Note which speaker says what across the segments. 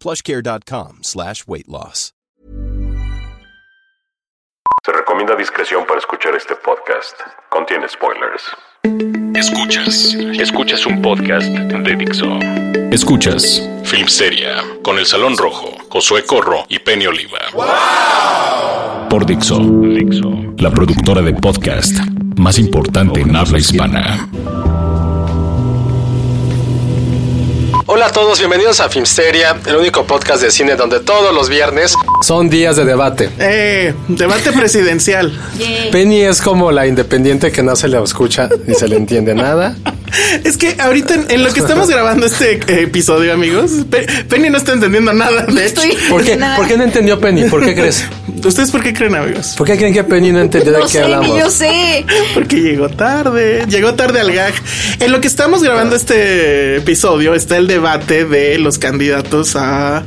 Speaker 1: plushcare.com slash weight loss.
Speaker 2: Se recomienda discreción para escuchar este podcast. Contiene spoilers.
Speaker 3: Escuchas, escuchas un podcast de Dixo. Escuchas Filmsteria con El Salón Rojo, Josué Corro y Penny Oliva. Por Dixo, Dixo, la productora de podcast más importante en habla hispana.
Speaker 4: Hola a todos, bienvenidos a Filmsteria, el único podcast de cine donde todos los viernes son días de debate.
Speaker 5: Eh, debate presidencial.
Speaker 4: Penny es como la independiente que no se le escucha ni se le entiende nada.
Speaker 5: Es que ahorita en, en lo que estamos grabando este eh, episodio, amigos, Pe- Penny no está entendiendo nada. De hecho,
Speaker 4: ¿Por qué?
Speaker 6: Nada.
Speaker 4: ¿Por qué no entendió Penny? ¿Por qué crees?
Speaker 5: ¿ustedes por qué creen, amigos?
Speaker 4: ¿Por qué creen que Penny no entendió de
Speaker 6: No
Speaker 4: qué
Speaker 6: sé, ni yo
Speaker 4: hablamos?
Speaker 6: sé.
Speaker 5: Porque llegó tarde, llegó tarde al gag. En lo que estamos grabando este episodio está el debate de los candidatos a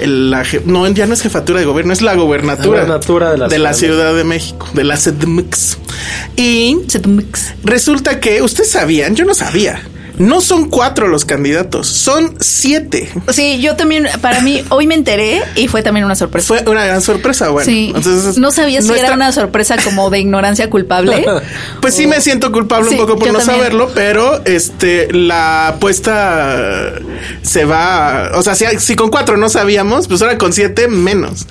Speaker 5: el- la je- no ya no es jefatura de gobierno, es la gobernatura,
Speaker 4: La gobernatura de la Ciudad de
Speaker 5: Ciudad de México, de la CDMX. Y Resulta que ustedes sabían, yo no sabía. No son cuatro los candidatos, son siete.
Speaker 6: Sí, yo también, para mí, hoy me enteré y fue también una sorpresa.
Speaker 5: Fue una gran sorpresa. Bueno,
Speaker 6: sí,
Speaker 5: entonces
Speaker 6: no sabía si
Speaker 5: nuestra-
Speaker 6: era una sorpresa como de ignorancia culpable.
Speaker 5: Pues sí, me siento culpable
Speaker 6: Sí,
Speaker 5: un poco por
Speaker 6: yo
Speaker 5: no
Speaker 6: también.
Speaker 5: saberlo, pero este la apuesta se va. O sea, si, si con cuatro no sabíamos, pues ahora con siete menos.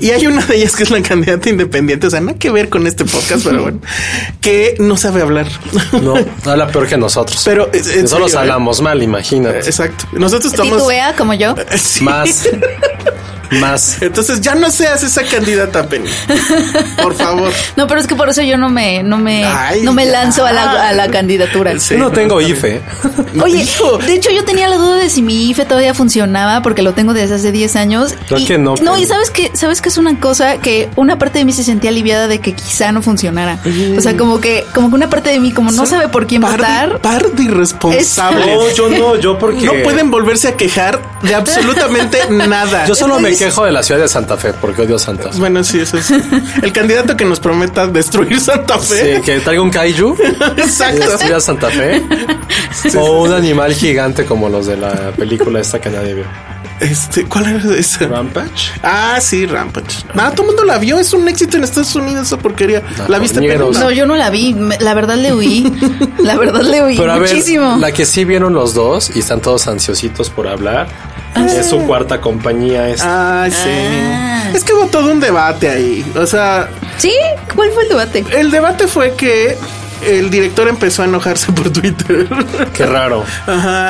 Speaker 5: Y hay una de ellas que es la candidata independiente. O sea, nada que ver con este podcast, pero bueno, que no sabe hablar.
Speaker 4: No, habla peor que nosotros.
Speaker 5: Pero, eh, en
Speaker 4: nosotros
Speaker 5: serio,
Speaker 4: hablamos mal, imagínate.
Speaker 5: Exacto. Nosotros estamos.
Speaker 6: Titubea como yo.
Speaker 5: Sí.
Speaker 4: Más, más.
Speaker 5: Entonces ya no seas esa candidata, Penny. Por favor.
Speaker 6: No, pero es que por eso yo no me, no me,
Speaker 5: Ay,
Speaker 6: no me
Speaker 5: ya.
Speaker 6: lanzo a la, a la candidatura.
Speaker 5: Sí.
Speaker 4: Yo no tengo ¿eh? IFE.
Speaker 6: Oye,
Speaker 5: Hijo.
Speaker 6: de hecho yo tenía la duda de si mi IFE todavía funcionaba porque lo tengo desde hace 10 años.
Speaker 4: Creo
Speaker 6: y,
Speaker 4: que no,
Speaker 6: No,
Speaker 4: pero-
Speaker 6: y sabes que sabes que es una cosa que una parte de mí se sentía aliviada de que quizá no funcionara. O sea, como que como que una parte de mí como no sabe por quién
Speaker 5: Par de-
Speaker 6: votar.
Speaker 5: par de irresponsables.
Speaker 4: No, yo no, yo porque.
Speaker 5: No pueden volverse a quejar de absolutamente nada.
Speaker 4: Yo solo me quejo de la ciudad de Santa Fe porque odio Santa Fe.
Speaker 5: Bueno, sí, eso es. El candidato que nos prometa destruir Santa
Speaker 4: Sí,
Speaker 5: Fe.
Speaker 4: que traiga un kaiju.
Speaker 5: Exacto.
Speaker 4: ¿Quieres ir a Santa Fe? o un animal gigante como los de la película esta que nadie vio.
Speaker 5: Este, ¿cuál era esa?
Speaker 4: Rampage.
Speaker 5: Ah, sí, Rampage. Ah, todo el mundo la vio. Es un éxito en Estados Unidos esa porquería. la viste
Speaker 4: ñeros.
Speaker 5: Penny?
Speaker 6: No, yo no la vi. Me- La verdad le huí. La verdad le huí
Speaker 4: Pero a
Speaker 6: muchísimo.
Speaker 4: ver, la que sí vieron los dos y están todos ansiositos por hablar. Es su cuarta compañía. Es
Speaker 5: Ay, sí.
Speaker 4: Ah.
Speaker 5: Es que hubo todo un debate ahí. O sea,
Speaker 6: ¿Sí? ¿Cuál fue el debate?
Speaker 5: el debate fue que el director empezó a enojarse por Twitter.
Speaker 4: Qué raro.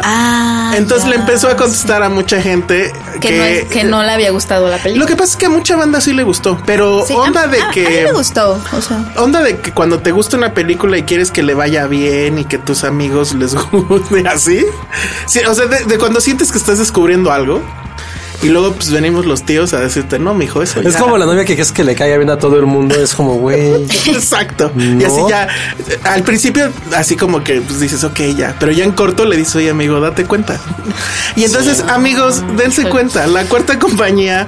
Speaker 6: Ah,
Speaker 5: Entonces le
Speaker 6: ya.
Speaker 5: empezó a contestar a mucha gente
Speaker 6: que, no, es- que no le había gustado la película.
Speaker 5: Lo que pasa es que a mucha banda sí le gustó, pero
Speaker 6: Sí, a-
Speaker 5: onda de
Speaker 6: a-
Speaker 5: que
Speaker 6: a mí me gustó, o sea.
Speaker 5: onda de que cuando te gusta una película y quieres que le vaya bien y que tus amigos les guste así. Sí, o sea, de, de cuando sientes que estás descubriendo algo y luego pues venimos los tíos a decirte, "No, mijo, eso
Speaker 4: Es
Speaker 5: ya".
Speaker 4: como la novia que es que le caiga bien a todo el mundo. Es como, güey.
Speaker 5: Exacto. Y
Speaker 4: No.
Speaker 5: así ya, al principio, así como que pues, dices, ok, ya, pero ya en corto le dices, oye, amigo, date cuenta. Y entonces, amigos,
Speaker 6: Pues.
Speaker 5: dense cuenta, la cuarta compañía,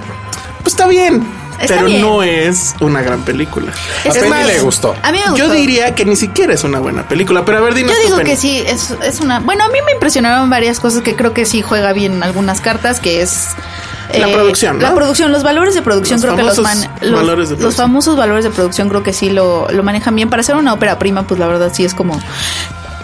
Speaker 5: pues está bien,
Speaker 6: Está
Speaker 5: pero
Speaker 6: bien.
Speaker 5: no es una gran película.
Speaker 4: A
Speaker 5: Es
Speaker 4: Penny
Speaker 5: más,
Speaker 4: le gustó.
Speaker 6: A mí me gustó.
Speaker 5: Yo diría que ni siquiera es una buena película, pero a ver, dinos
Speaker 6: Yo
Speaker 5: tú,
Speaker 6: digo
Speaker 5: Penny.
Speaker 6: que sí, es, es una... Bueno, a mí me impresionaron varias cosas que creo que sí juega bien en algunas cartas, que es... eh,
Speaker 5: La producción,
Speaker 6: La
Speaker 5: ¿no?
Speaker 6: producción, los valores de producción
Speaker 5: Los
Speaker 6: creo que los,
Speaker 5: famosos
Speaker 6: man- los,
Speaker 5: valores de
Speaker 6: los
Speaker 5: producción.
Speaker 6: famosos valores de producción creo que sí lo, lo manejan bien. Para ser una ópera prima, pues la verdad sí es como...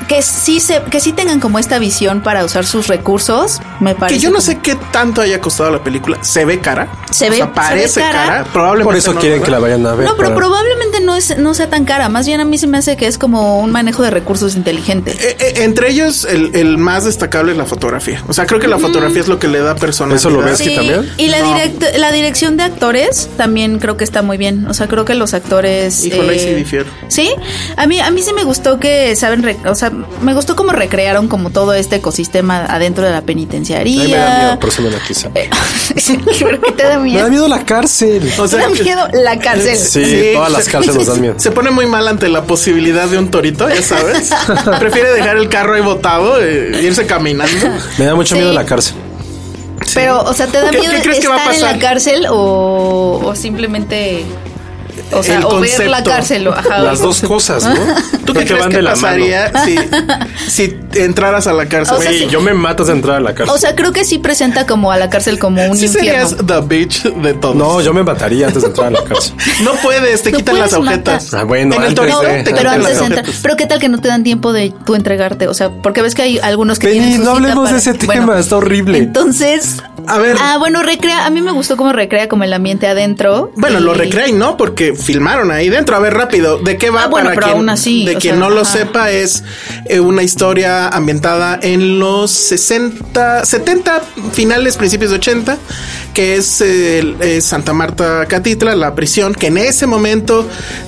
Speaker 6: que sí se, que sí tengan como esta visión para usar sus recursos, me parece.
Speaker 5: Que yo no sé qué tanto haya costado la película. Se ve cara.
Speaker 6: Se ve-
Speaker 5: O sea, parece
Speaker 6: se ve cara.
Speaker 5: cara. Probablemente.
Speaker 4: Por eso
Speaker 5: no,
Speaker 4: quieren que la
Speaker 5: ¿verdad?
Speaker 4: vayan a ver.
Speaker 6: No, pero
Speaker 4: para-
Speaker 6: probablemente no es, no sea tan cara. Más bien a mí se me hace que es como un manejo de recursos inteligente.
Speaker 5: Eh, eh, entre ellos, el, el más destacable es la fotografía. O sea, creo que la fotografía es lo que le da personalidad.
Speaker 4: Eso lo ves que también.
Speaker 6: Y la,
Speaker 5: No.
Speaker 6: direct- la dirección de actores también creo que está muy bien. O sea, creo que los actores. eh,
Speaker 5: Híjole, ahí sí difiero.
Speaker 6: Sí, a mí, a mí sí me gustó que saben, re- o sea, me gustó cómo recrearon como todo este ecosistema adentro de la penitenciaría.
Speaker 4: Ay, me da miedo, por eso me la quise.
Speaker 6: Creo que te
Speaker 4: Me da
Speaker 6: da miedo.
Speaker 4: miedo la cárcel.
Speaker 5: O
Speaker 6: Te
Speaker 5: sea,
Speaker 6: da miedo la cárcel.
Speaker 4: Sí, todas las cárceles nos dan miedo.
Speaker 5: Se pone muy mal ante la posibilidad de un torito, ya sabes. Prefiere dejar el carro ahí botado e irse caminando.
Speaker 4: Me da mucho
Speaker 6: Sí.
Speaker 4: miedo la cárcel.
Speaker 6: Pero, o sea, ¿te da
Speaker 5: ¿Qué-
Speaker 6: miedo
Speaker 5: qué crees que va a
Speaker 6: estar en
Speaker 5: pasar?
Speaker 6: la cárcel o, o simplemente... O sea,
Speaker 5: El
Speaker 6: o ver la
Speaker 5: concepto.
Speaker 6: cárcel. o- ajá,
Speaker 4: Las
Speaker 6: o-
Speaker 4: dos cosas, ¿no?
Speaker 5: ¿Tú qué
Speaker 4: Creo
Speaker 5: crees
Speaker 4: van
Speaker 5: que
Speaker 4: de la mano.
Speaker 5: pasaría si, si entraras a la cárcel?
Speaker 6: O sea,
Speaker 4: Oye,
Speaker 6: sí.
Speaker 4: yo me matas de entrar a la cárcel.
Speaker 6: O sea, creo que sí presenta como a la cárcel como un
Speaker 5: sí
Speaker 6: infierno.
Speaker 5: serías the bitch de todos.
Speaker 4: no, yo me mataría antes de entrar a la cárcel.
Speaker 5: No puedes, te
Speaker 6: No
Speaker 5: quitan las
Speaker 6: puedes
Speaker 5: agujetas.
Speaker 4: matar. Ah, bueno,
Speaker 5: en el
Speaker 4: antes
Speaker 6: No,
Speaker 5: torito
Speaker 4: de-
Speaker 5: te
Speaker 6: pero
Speaker 5: quitan
Speaker 6: antes
Speaker 5: las
Speaker 6: de entrar.
Speaker 5: agujetas.
Speaker 6: Pero qué tal que no te dan tiempo de tú entregarte. O sea, porque ves que hay algunos que
Speaker 4: Penny,
Speaker 6: tienen su
Speaker 4: no
Speaker 6: cita
Speaker 4: hablemos de
Speaker 6: para-
Speaker 4: ese tema, está horrible.
Speaker 6: Entonces,
Speaker 5: A ver.
Speaker 6: Ah, bueno, recrea. A mí me gustó cómo recrea como el ambiente adentro.
Speaker 5: Bueno, lo
Speaker 6: Y-
Speaker 5: recrea y no, porque filmaron ahí dentro. A ver, rápido, ¿de qué va?
Speaker 6: Ah, bueno,
Speaker 5: para
Speaker 6: pero
Speaker 5: quien,
Speaker 6: aún así,
Speaker 5: de
Speaker 6: o
Speaker 5: quien
Speaker 6: sea,
Speaker 5: no lo
Speaker 6: ajá.
Speaker 5: sepa, es eh, una historia ambientada en los 60, 70, finales, principios de 80, que es, eh, el- eh, Santa Marta Catitla, la prisión, que en ese momento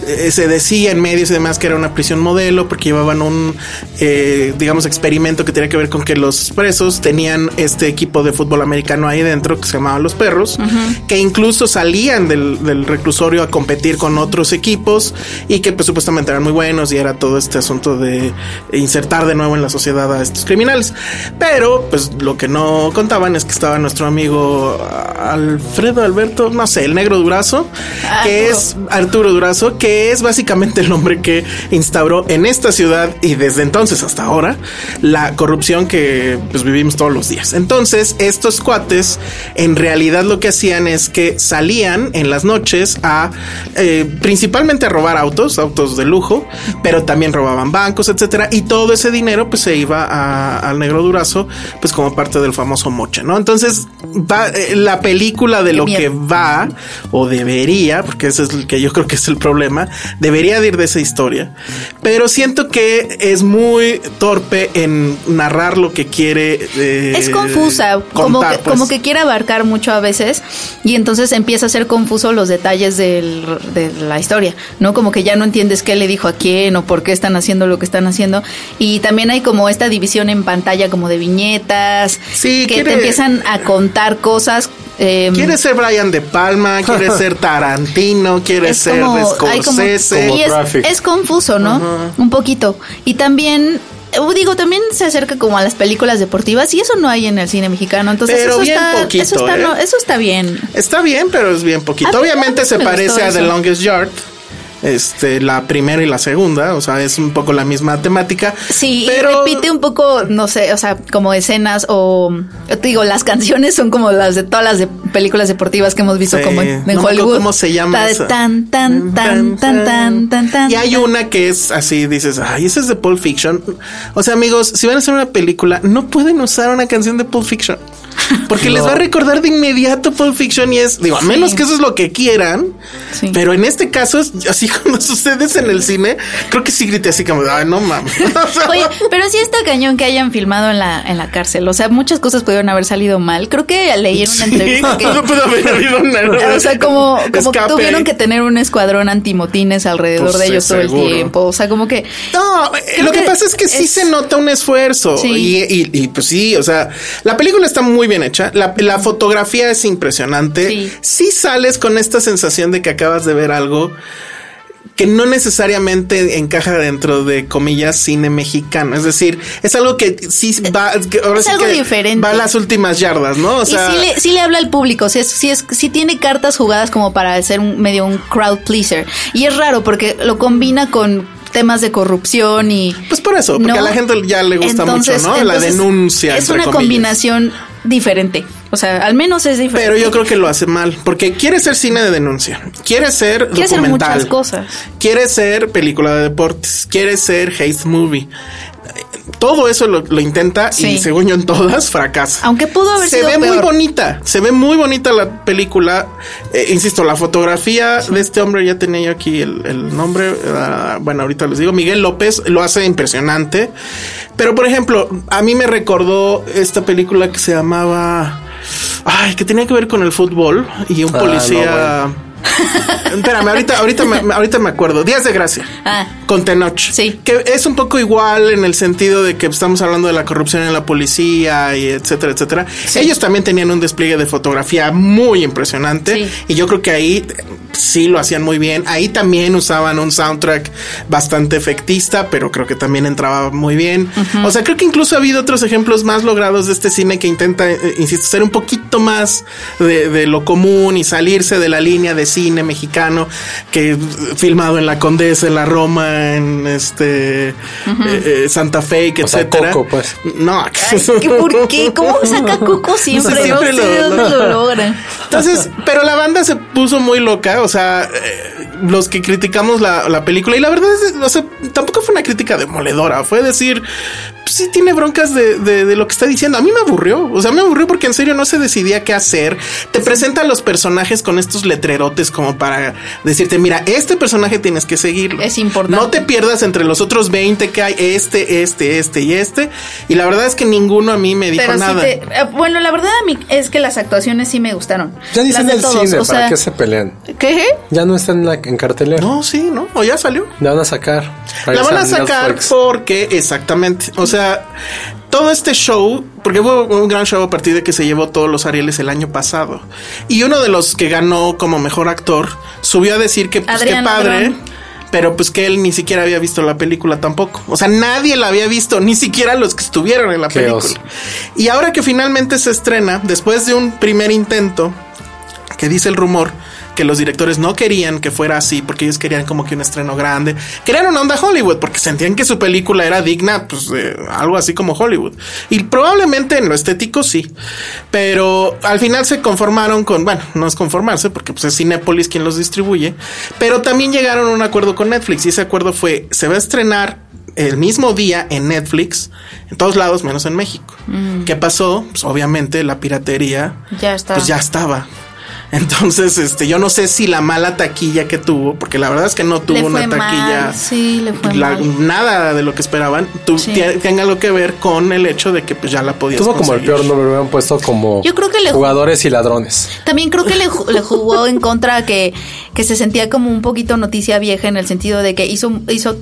Speaker 5: eh, se decía en medios y demás que era una prisión modelo, porque llevaban un, eh, digamos, experimento que tenía que ver con que los presos tenían este equipo de fútbol americano ahí dentro que se llamaban Los Perros, que incluso salían del, del reclusorio a competir con otros equipos y que pues, supuestamente eran muy buenos y era todo este asunto de insertar de nuevo en la sociedad a estos criminales. Pero pues lo que no contaban es que estaba nuestro amigo Alfredo Alberto, no sé, el negro Durazo, que
Speaker 6: Arturo.
Speaker 5: es Arturo Durazo, que es básicamente el hombre que instauró en esta ciudad y desde entonces hasta ahora la corrupción que pues, vivimos todos los días. Entonces, estos cuates en realidad lo que hacían es que salían en las noches a eh, principalmente a robar autos, autos de lujo, pero también robaban bancos, etcétera. Y todo ese dinero pues se iba a- al negro Durazo, pues como parte del famoso moche, ¿no? Entonces, va, eh, la película de
Speaker 6: Qué
Speaker 5: lo
Speaker 6: miedo.
Speaker 5: que va o debería, porque ese es el que yo creo que es el problema, debería de ir de esa historia. Pero siento que es muy torpe en narrar lo que quiere. eh,
Speaker 6: Es confusa, como,
Speaker 5: contar,
Speaker 6: que,
Speaker 5: pues.
Speaker 6: como que quiere abarcar mucho a veces y entonces empieza a ser confuso los detalles del- de la historia, ¿no? Como que ya no entiendes qué le dijo a quién o por qué están haciendo lo que están haciendo. Y también hay como esta división en pantalla como de viñetas,
Speaker 5: Sí,
Speaker 6: que
Speaker 5: quiere-
Speaker 6: te empiezan a contar cosas. eh,
Speaker 5: Quiere ser Brian De Palma, quiere ser Tarantino, quiere
Speaker 6: es
Speaker 5: ser
Speaker 6: como- hay como-
Speaker 5: Scorsese.
Speaker 6: y es,
Speaker 4: Traffic.
Speaker 6: es confuso, ¿no? Un poquito. Y también, eh, digo, también se acerca como a las películas deportivas y eso no hay en el cine mexicano. Entonces,
Speaker 5: Pero
Speaker 6: eso,
Speaker 5: bien
Speaker 6: está,
Speaker 5: poquito,
Speaker 6: eso, está,
Speaker 5: ¿eh?
Speaker 6: no, eso está bien.
Speaker 5: Está bien, pero es bien
Speaker 6: A mí
Speaker 5: poquito.
Speaker 6: no
Speaker 5: Obviamente
Speaker 6: me
Speaker 5: se
Speaker 6: gustó
Speaker 5: parece a The
Speaker 6: eso.
Speaker 5: Longest Yard. Este, la primera y la segunda, o sea, es un poco la misma temática.
Speaker 6: Sí,
Speaker 5: pero
Speaker 6: y repite un poco, no sé, o sea, como escenas o te digo, las canciones son como las de todas las de películas deportivas que hemos visto
Speaker 5: Sí,
Speaker 6: como en, en
Speaker 5: no me acuerdo
Speaker 6: Hollywood.
Speaker 5: cómo se llama
Speaker 6: La de
Speaker 5: esa.
Speaker 6: tan tan tan tan tan tan tan.
Speaker 5: Y hay una que es así, dices, ay, esa es de Pulp Fiction. O sea, amigos, si van a hacer una película, no pueden usar una canción de Pulp Fiction. Porque les va a recordar de inmediato Pulp Fiction y es, digo, a menos que eso es lo que quieran.
Speaker 6: Sí.
Speaker 5: Pero en este caso, es así cuando sucedes en el cine, creo que sí grité así como, ay, no mames. O sea,
Speaker 6: Oye, pero sí está cañón que hayan filmado en la, en la cárcel. O sea, muchas cosas pudieron haber salido mal. Creo que leí en una entrevista que.
Speaker 5: no pudo haber habido nada.
Speaker 6: O sea, como, como que
Speaker 5: Escape.
Speaker 6: tuvieron que tener un escuadrón antimotines alrededor
Speaker 5: Pues
Speaker 6: de
Speaker 5: sí,
Speaker 6: ellos todo
Speaker 5: seguro.
Speaker 6: el tiempo. O sea, como que.
Speaker 5: No, eh, lo que,
Speaker 6: que
Speaker 5: pasa es que sí
Speaker 6: es-
Speaker 5: se nota un esfuerzo.
Speaker 6: Sí.
Speaker 5: Y, y- y, pues sí, o sea, la película está muy bien hecha. La, la fotografía es impresionante.
Speaker 6: Sí.
Speaker 5: Sí. sales con esta sensación de que acabas de ver algo que no necesariamente encaja dentro de comillas cine mexicano. Es decir, es algo que sí va. que ahora
Speaker 6: Es
Speaker 5: sí
Speaker 6: algo
Speaker 5: que
Speaker 6: diferente.
Speaker 5: Va a las últimas yardas, ¿no? O sea,
Speaker 6: y sí le, sí le habla al público, sí, es, sí es, sí tiene cartas jugadas como para ser un, medio un crowd pleaser. Y es raro porque lo combina con temas de corrupción y...
Speaker 5: Pues por eso, porque a la gente ya le gusta mucho, ¿no? La denuncia,
Speaker 6: Es
Speaker 5: entre
Speaker 6: una
Speaker 5: comillas.
Speaker 6: combinación diferente. O sea, al menos es diferente.
Speaker 5: Pero yo creo que lo hace mal, porque quiere ser cine de denuncia, quiere ser
Speaker 6: Quiere hacer
Speaker 5: documental,
Speaker 6: muchas cosas.
Speaker 5: quiere ser película de deportes, quiere ser hate movie. todo eso lo, lo intenta y
Speaker 6: Sí.
Speaker 5: según yo en todas fracasa.
Speaker 6: Aunque pudo haber
Speaker 5: se
Speaker 6: sido
Speaker 5: ve muy
Speaker 6: peor.
Speaker 5: bonita, se ve muy bonita la película. Eh, insisto, la fotografía de este hombre ya tenía yo aquí el, el nombre. ah, bueno, ahorita les digo, Miguel López lo hace impresionante. Pero por ejemplo, a mí me recordó esta película que se llamaba, ay, que tenía que ver con el fútbol y un
Speaker 7: Ah,
Speaker 5: policía. Espérame, ahorita, ahorita, me, ahorita me acuerdo. Días de gracia.
Speaker 6: Ah.
Speaker 5: Con Tenoch.
Speaker 6: Sí.
Speaker 5: Que es un poco igual en el sentido de que estamos hablando de la corrupción en la policía y etcétera, etcétera. Ellos también tenían un despliegue de fotografía muy impresionante.
Speaker 6: Sí.
Speaker 5: Y yo creo que ahí eh, sí lo hacían muy bien. Ahí también usaban un soundtrack bastante efectista, pero creo que también entraba muy bien. O sea, creo que incluso ha habido otros ejemplos más logrados de este cine que intenta, eh, insisto, ser un poquito más de, de lo común y salirse de la línea de cine mexicano que eh, filmado en la Condesa, en la Roma, en este eh, eh, Santa Fe, que
Speaker 7: O sea,
Speaker 5: etcétera.
Speaker 7: Coco, pues.
Speaker 5: No,
Speaker 6: Ay, ¿qué- ¿Por qué? ¿Cómo saca Coco siempre?
Speaker 5: Sí, siempre
Speaker 6: no sé de
Speaker 5: lo-
Speaker 6: dónde
Speaker 5: lo-
Speaker 6: lo logran.
Speaker 5: Entonces, pero la banda se puso muy loca, o sea, eh, los que criticamos la, la película, y la verdad es, o sea, tampoco fue una crítica demoledora, fue decir, pues, sí tiene broncas de, de- de lo que está diciendo. A mí me aburrió, o sea, me aburrió porque en serio no se decidía qué hacer. Te presentan los personajes con estos letrerotes como para decirte, mira, este personaje tienes que seguirlo.
Speaker 6: Es importante.
Speaker 5: No te pierdas entre los otros 20 que hay, este, este, este y este. Y la verdad es que ninguno a mí me dijo
Speaker 6: Pero sí
Speaker 5: nada.
Speaker 6: te- eh, bueno, la verdad a mí es que las actuaciones sí me gustaron.
Speaker 7: Ya ni
Speaker 6: Las
Speaker 7: están
Speaker 6: de
Speaker 7: en el
Speaker 6: todos,
Speaker 7: cine,
Speaker 6: o
Speaker 7: ¿para
Speaker 6: sea,
Speaker 7: qué se pelean?
Speaker 6: ¿Qué?
Speaker 7: Ya no están en, la- en cartelera.
Speaker 5: No, sí, no, o ya salió.
Speaker 7: La van a sacar.
Speaker 5: La van a
Speaker 7: Regresa
Speaker 5: sacar
Speaker 7: Netflix.
Speaker 5: porque, exactamente, o sea, todo este show, porque hubo un gran show a partir de que se llevó todos los Arieles el año pasado. Y uno de los que ganó como mejor actor subió a decir que, pues, qué
Speaker 6: Adrián
Speaker 5: padre.
Speaker 6: Ladrón.
Speaker 5: Pero pues que él ni siquiera había visto la película tampoco. O sea, nadie la había visto, ni siquiera los que estuvieron en la
Speaker 7: Qué
Speaker 5: película.
Speaker 7: oso.
Speaker 5: Y ahora que finalmente se estrena, después de un primer intento, que dice el rumor que los directores no querían que fuera así porque ellos querían como que un estreno grande. Querían una onda Hollywood porque sentían que su película era digna, pues de algo así como Hollywood. Y probablemente en lo estético sí. Pero al final se conformaron con, bueno, no es conformarse porque pues es Cinépolis quien los distribuye. Pero también llegaron a un acuerdo con Netflix y ese acuerdo fue, se va a estrenar el mismo día en Netflix, en todos lados menos en México. ¿Qué pasó? Pues obviamente la piratería
Speaker 6: Ya está.
Speaker 5: pues ya estaba. Entonces, este, yo no sé si la mala taquilla que tuvo, porque la verdad es que no tuvo
Speaker 6: Le fue
Speaker 5: una taquilla.
Speaker 6: mal, sí, le fue
Speaker 5: la-
Speaker 6: mal.
Speaker 5: Nada de lo que esperaban. Tu,
Speaker 6: Sí.
Speaker 5: tie- tenga algo que ver con el hecho de que pues, ya la podías.
Speaker 7: Tuvo como el
Speaker 5: conseguir.
Speaker 7: peor nombre, me han puesto como
Speaker 6: Yo creo que le-
Speaker 7: jugadores y ladrones.
Speaker 6: También creo que le, ju- le jugó en contra que, que se sentía como un poquito noticia vieja en el sentido de que hizo, hizo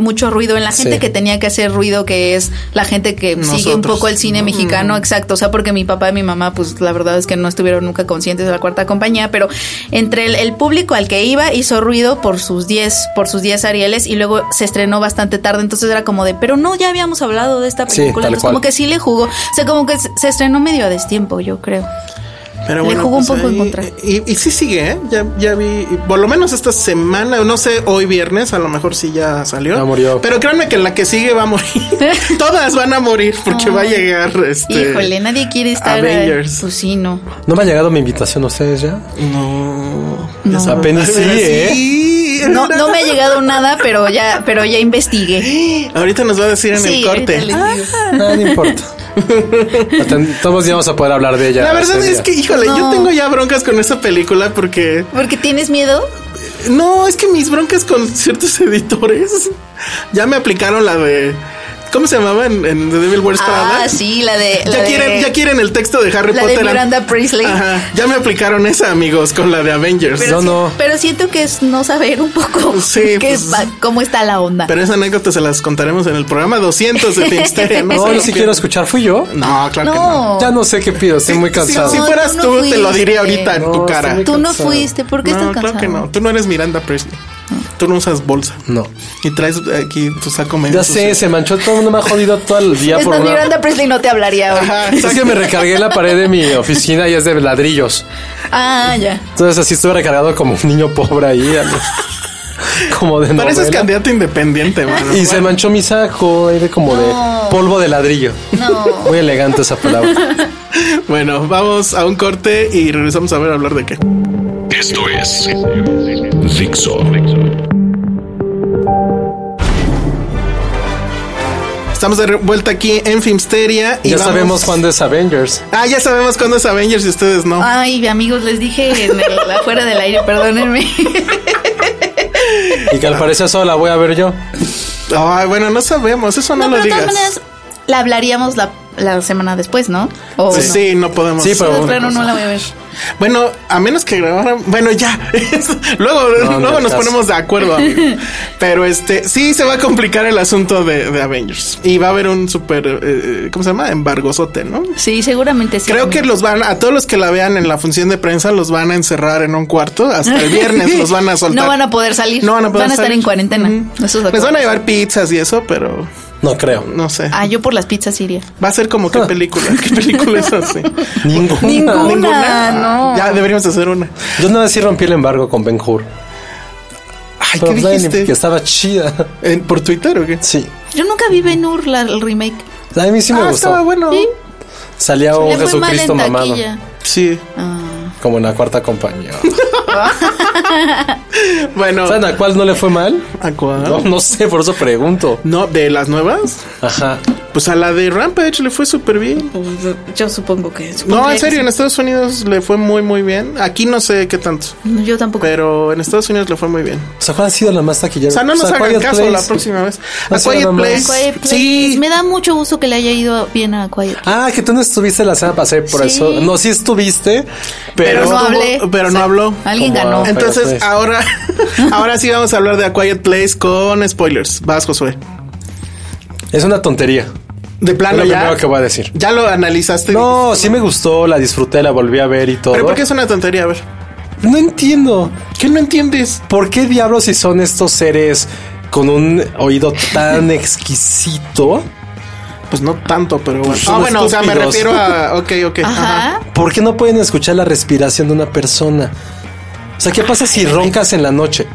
Speaker 6: mucho ruido en la gente
Speaker 7: Sí.
Speaker 6: que tenía que hacer ruido, que es la gente que sigue un
Speaker 5: Nosotros.
Speaker 6: poco el cine mexicano, exacto. O sea, porque mi papá y mi mamá, pues la verdad es que no estuvieron nunca conscientes de la cuarta compañía, pero entre el, el público al que iba hizo ruido por sus 10, por sus 10 Arieles y luego se estrenó bastante tarde, entonces era como de, pero no, ya habíamos hablado de esta
Speaker 7: Sí,
Speaker 6: película,
Speaker 7: tal
Speaker 6: entonces
Speaker 7: cual.
Speaker 6: como que sí le jugó, o sea, como que se se estrenó medio a destiempo, yo creo.
Speaker 5: Pero
Speaker 6: Le
Speaker 5: bueno,
Speaker 6: jugó un
Speaker 5: pues,
Speaker 6: poco en
Speaker 5: ahí-
Speaker 6: contra.
Speaker 5: Y, y sí sigue, ¿eh? Ya, ya vi. y Por lo menos esta semana, no sé, hoy viernes, a lo mejor sí ya salió.
Speaker 7: Ya murió.
Speaker 5: Pero créanme que la que sigue va a morir. Todas van a morir porque va a llegar este.
Speaker 6: Híjole, nadie quiere estar.
Speaker 5: Avengers.
Speaker 6: Pues sí, no.
Speaker 7: No me ha llegado mi invitación a ustedes ya.
Speaker 5: No.
Speaker 6: No.
Speaker 7: Apenas sí, ¿eh?
Speaker 5: Sí.
Speaker 6: No, no me ha llegado nada, pero ya, pero ya investigué.
Speaker 5: Ahorita nos va a decir en
Speaker 6: Sí,
Speaker 5: el corte. Ah.
Speaker 6: ahorita les digo.
Speaker 7: No, no importa. Aten- Todos ya vamos a poder hablar de ella.
Speaker 5: La verdad
Speaker 7: ese
Speaker 5: es
Speaker 7: día.
Speaker 5: que, híjole, yo
Speaker 6: No.
Speaker 5: tengo ya broncas con esa película porque...
Speaker 6: Porque tienes miedo.
Speaker 5: No, es que mis broncas con ciertos editores ya me aplicaron la de... ¿Cómo se llamaba en, en The Devil Wears Prada?
Speaker 6: Ah, sí, la de. la
Speaker 5: Ya
Speaker 6: de-
Speaker 5: quieren, ya quieren el texto de Harry
Speaker 6: la de
Speaker 5: Potter.
Speaker 6: Miranda Priestley.
Speaker 5: Ajá, ya me aplicaron esa, amigos, con la de Avengers.
Speaker 7: Pero- No, no.
Speaker 6: Pero siento que es no saber un poco
Speaker 5: Sí,
Speaker 6: qué
Speaker 5: pues-
Speaker 6: va- cómo está la onda.
Speaker 5: Pero esa anécdota se las contaremos en el programa 200 de Filmsteria. No,
Speaker 7: No,
Speaker 5: se
Speaker 7: yo
Speaker 5: lo
Speaker 7: sí quiero
Speaker 5: pierdan.
Speaker 7: escuchar. ¿Fui yo?
Speaker 5: No, claro que no.
Speaker 6: no.
Speaker 7: Ya no sé qué pido, estoy muy
Speaker 5: Sí, sí,
Speaker 7: cansado.
Speaker 5: Si,
Speaker 6: No,
Speaker 5: fueras
Speaker 6: tú no
Speaker 5: tú, te lo
Speaker 6: fuiste.
Speaker 5: diría ahorita en tu
Speaker 7: No,
Speaker 5: cara.
Speaker 7: estoy muy
Speaker 6: Tú no
Speaker 7: cansado.
Speaker 6: fuiste. ¿Por qué
Speaker 5: no,
Speaker 6: estás
Speaker 5: claro
Speaker 6: cansado?
Speaker 5: que no. Tú no eres Miranda Presley. Tú no usas bolsa.
Speaker 7: No.
Speaker 5: Y traes aquí tu saco medio.
Speaker 7: Ya sé,
Speaker 5: sucio.
Speaker 7: se manchó todo el mundo, me ha jodido todo el día
Speaker 6: Es
Speaker 7: por
Speaker 6: más,
Speaker 7: una...
Speaker 6: Miranda Priestley no te hablaría hoy.
Speaker 5: Ajá,
Speaker 7: Es que
Speaker 5: exacto.
Speaker 7: me recargué en la pared de mi oficina y es de ladrillos.
Speaker 6: Ah, ya.
Speaker 7: Entonces así estuve recargado como un niño pobre ahí. algo- Como de
Speaker 5: Pareces
Speaker 7: novela.
Speaker 5: candidato independiente, mano.
Speaker 7: Y se manchó mi saco, era como de polvo de ladrillo.
Speaker 6: No.
Speaker 7: Muy elegante esa palabra.
Speaker 5: Bueno, vamos a un corte y regresamos a ver a hablar de qué.
Speaker 3: Esto es Dixo.
Speaker 5: Estamos de re- vuelta aquí en Filmsteria. Y
Speaker 7: ya
Speaker 5: vamos-
Speaker 7: sabemos cuándo es Avengers.
Speaker 5: Ah, ya sabemos cuándo es Avengers y ustedes no.
Speaker 6: Ay, amigos, les dije en el- afuera del aire, perdónenme.
Speaker 7: Y que al parecer solo la voy a ver yo.
Speaker 5: Ay, bueno, no sabemos. Eso no,
Speaker 6: No,
Speaker 5: lo
Speaker 6: pero de
Speaker 5: digas.
Speaker 6: todas maneras la hablaríamos la, la semana después, ¿no? O
Speaker 5: Sí,
Speaker 6: no.
Speaker 5: sí, no podemos.
Speaker 7: Sí, pero-
Speaker 6: No, claro, no la voy a ver.
Speaker 5: Bueno, a menos que grabaran. Bueno, ya. luego
Speaker 7: No,
Speaker 5: luego
Speaker 7: no
Speaker 5: nos
Speaker 7: estás.
Speaker 5: ponemos de acuerdo, amigo. Pero este, sí se va a complicar el asunto de, de Avengers. Y va a haber un súper. eh, ¿Cómo se llama? Embargozote, ¿no?
Speaker 6: Sí, seguramente sí.
Speaker 5: Creo que
Speaker 6: amigo.
Speaker 5: los van, a todos los que la vean en la función de prensa, los van a encerrar en un cuarto. Hasta el viernes los van a soltar.
Speaker 6: No van a poder salir.
Speaker 5: No van a poder
Speaker 6: estar
Speaker 5: salir.
Speaker 6: en cuarentena.
Speaker 5: Ujú.
Speaker 6: Eso es lo
Speaker 5: Les
Speaker 6: que-
Speaker 5: van a llevar pizzas y eso, pero
Speaker 7: No creo.
Speaker 5: no sé.
Speaker 6: Ah, yo por las pizzas iría.
Speaker 5: Va a ser como qué película. ¿Qué película es así?
Speaker 7: Ninguna.
Speaker 6: Ninguna. no.
Speaker 5: Ya deberíamos hacer una.
Speaker 7: Yo no decía rompí el embargo con Ben Hur.
Speaker 5: Ay,
Speaker 7: Pero
Speaker 5: ¿qué
Speaker 7: pues,
Speaker 5: dijiste?
Speaker 7: Que estaba chida.
Speaker 5: ¿En- ¿Por Twitter o qué?
Speaker 7: Sí.
Speaker 6: Yo nunca vi Ben Hur, la- el remake.
Speaker 7: A mí sí me
Speaker 5: ah,
Speaker 7: gustó.
Speaker 5: estaba bueno.
Speaker 6: Sí.
Speaker 7: Salía un
Speaker 6: Le fue mal
Speaker 7: Oh, Jesucristo
Speaker 6: en
Speaker 7: mamado.
Speaker 6: taquilla.
Speaker 5: Sí.
Speaker 6: Ah.
Speaker 7: Como en la cuarta compañía.
Speaker 5: Bueno.
Speaker 7: ¿Saben a cuál no le fue mal?
Speaker 5: ¿A cuál?
Speaker 7: No, no sé, por eso pregunto.
Speaker 5: No, de las nuevas.
Speaker 7: Ajá.
Speaker 5: Pues a la de Rampage le fue súper bien.
Speaker 6: Pues, yo supongo que.
Speaker 5: No,
Speaker 6: supondría
Speaker 5: en
Speaker 6: que
Speaker 5: serio, en Estados Unidos le fue muy, muy bien. Aquí no sé qué tanto,
Speaker 6: sí. No, Yo tampoco.
Speaker 5: pero en Estados Unidos le fue muy bien.
Speaker 7: O sea, ¿cuál ha sido la más taquillera?
Speaker 5: O sea, no nos hagan
Speaker 7: Quiet
Speaker 5: caso
Speaker 7: Place.
Speaker 5: la próxima vez.
Speaker 7: No
Speaker 5: a
Speaker 7: sea
Speaker 5: Quiet
Speaker 7: nada más.
Speaker 5: Place.
Speaker 6: Quiet Place.
Speaker 5: Sí.
Speaker 6: Me da mucho gusto que le haya ido bien a Quiet.
Speaker 7: Ah, que tú no estuviste la semana pasada, por
Speaker 6: Sí.
Speaker 7: eso. No, sí estuviste,
Speaker 5: Pero
Speaker 7: pero,
Speaker 5: estuvo-
Speaker 6: no hablé.
Speaker 5: pero no
Speaker 6: O sea,
Speaker 5: habló.
Speaker 6: Alguien
Speaker 7: Como
Speaker 6: ganó.
Speaker 7: a-
Speaker 5: Entonces,
Speaker 7: Pero, pues.
Speaker 5: ahora, ahora sí vamos a hablar de A Quiet Place con spoilers. Vas, Josué.
Speaker 7: es una tontería.
Speaker 5: De
Speaker 7: Es
Speaker 5: plano
Speaker 7: lo
Speaker 5: ya.
Speaker 7: primero que voy a decir.
Speaker 5: Ya lo analizaste.
Speaker 7: No, sí me gustó, la disfruté, la volví a ver y todo.
Speaker 5: Pero porque es una tontería, a ver.
Speaker 7: No entiendo.
Speaker 5: ¿Qué no entiendes?
Speaker 7: ¿Por qué diablos si son estos seres con un oído tan exquisito?
Speaker 5: Pues no tanto, pero bueno.
Speaker 7: Pues
Speaker 5: Ah,
Speaker 7: son
Speaker 5: bueno, o sea, me
Speaker 7: estúpidos.
Speaker 5: refiero a. Ok, ok. Ajá.
Speaker 6: Ajá.
Speaker 7: ¿Por qué no pueden escuchar la respiración de una persona? O sea, ¿qué pasa si roncas en la noche?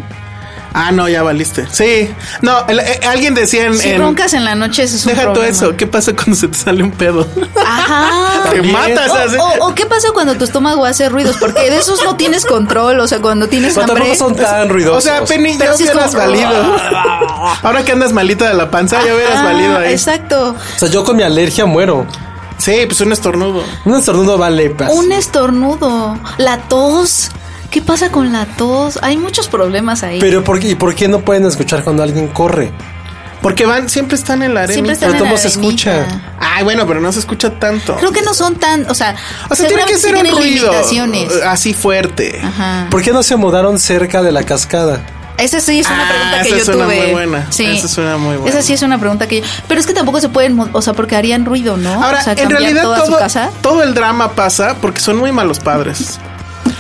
Speaker 5: Ah, no, ya valiste. Sí. No, el- eh, alguien decía en.
Speaker 6: Si
Speaker 5: en-
Speaker 6: roncas en la noche, eso es un
Speaker 5: Deja todo
Speaker 6: problema.
Speaker 5: eso. ¿Qué pasa cuando se te sale un pedo?
Speaker 6: Ajá.
Speaker 5: te matas. así.
Speaker 6: O, o qué pasa cuando tu estómago hace ruidos, porque de esos no tienes control, o sea, cuando tienes
Speaker 7: Pero
Speaker 6: hambre.
Speaker 7: tampoco son tan ruidosos.
Speaker 5: O sea, Penny, ya
Speaker 6: Pero sí es
Speaker 5: hubieras
Speaker 6: como-
Speaker 5: valido. Ahora que andas malita de la panza, ya hubieras
Speaker 6: Ah,
Speaker 5: valido ahí.
Speaker 6: Exacto.
Speaker 7: O sea, yo con mi alergia muero.
Speaker 5: Sí, pues un estornudo.
Speaker 7: Un estornudo vale. pas.
Speaker 6: Un estornudo, la tos. ¿Qué pasa con la tos? Hay muchos problemas ahí.
Speaker 7: Pero ¿por qué, ¿y por qué no pueden escuchar cuando alguien corre?
Speaker 5: Porque van, siempre están en la arena.
Speaker 6: Siempre están
Speaker 7: pero
Speaker 6: en la
Speaker 7: ¿cómo se
Speaker 6: arenita.
Speaker 7: escucha?
Speaker 5: Ay, bueno, pero no se escucha tanto.
Speaker 6: Creo que no son tan, o sea,
Speaker 5: o sea, tiene
Speaker 6: seguramente
Speaker 5: que
Speaker 6: sí
Speaker 5: ser un
Speaker 6: tienen
Speaker 5: ruido
Speaker 6: limitaciones.
Speaker 5: eh, así fuerte.
Speaker 6: Ajá.
Speaker 7: ¿Por qué no se mudaron cerca de la cascada?
Speaker 6: Esa sí es una
Speaker 5: Ah,
Speaker 6: pregunta que
Speaker 5: esa
Speaker 6: yo
Speaker 5: suena
Speaker 6: tuve.
Speaker 5: muy buena.
Speaker 6: Sí.
Speaker 5: Esa suena muy buena.
Speaker 6: Esa sí es una pregunta que yo. Pero es que tampoco se pueden, mo- o sea, porque harían ruido, ¿no?
Speaker 5: Ahora,
Speaker 6: o sea,
Speaker 5: en
Speaker 6: cambiar
Speaker 5: realidad
Speaker 6: toda
Speaker 5: todo,
Speaker 6: su casa.
Speaker 5: todo el drama pasa porque son muy malos padres.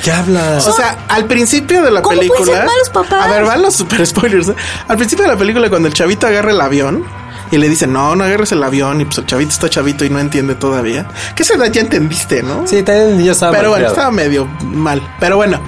Speaker 7: ¿Qué hablas?
Speaker 5: O sea, al principio de la
Speaker 6: Oh. ¿Cómo pueden
Speaker 5: película.
Speaker 6: ser malos papás?
Speaker 5: A ver, van los super spoilers. ¿eh? Al principio de la película, cuando el chavito agarra el avión y le dicen, no, no agarres el avión, y pues el chavito está chavito y no entiende todavía. Que esa edad ya entendiste, ¿no?
Speaker 7: sí, también el niño estaba
Speaker 5: Pero bueno,
Speaker 7: malcriado.
Speaker 5: estaba medio mal. Pero bueno,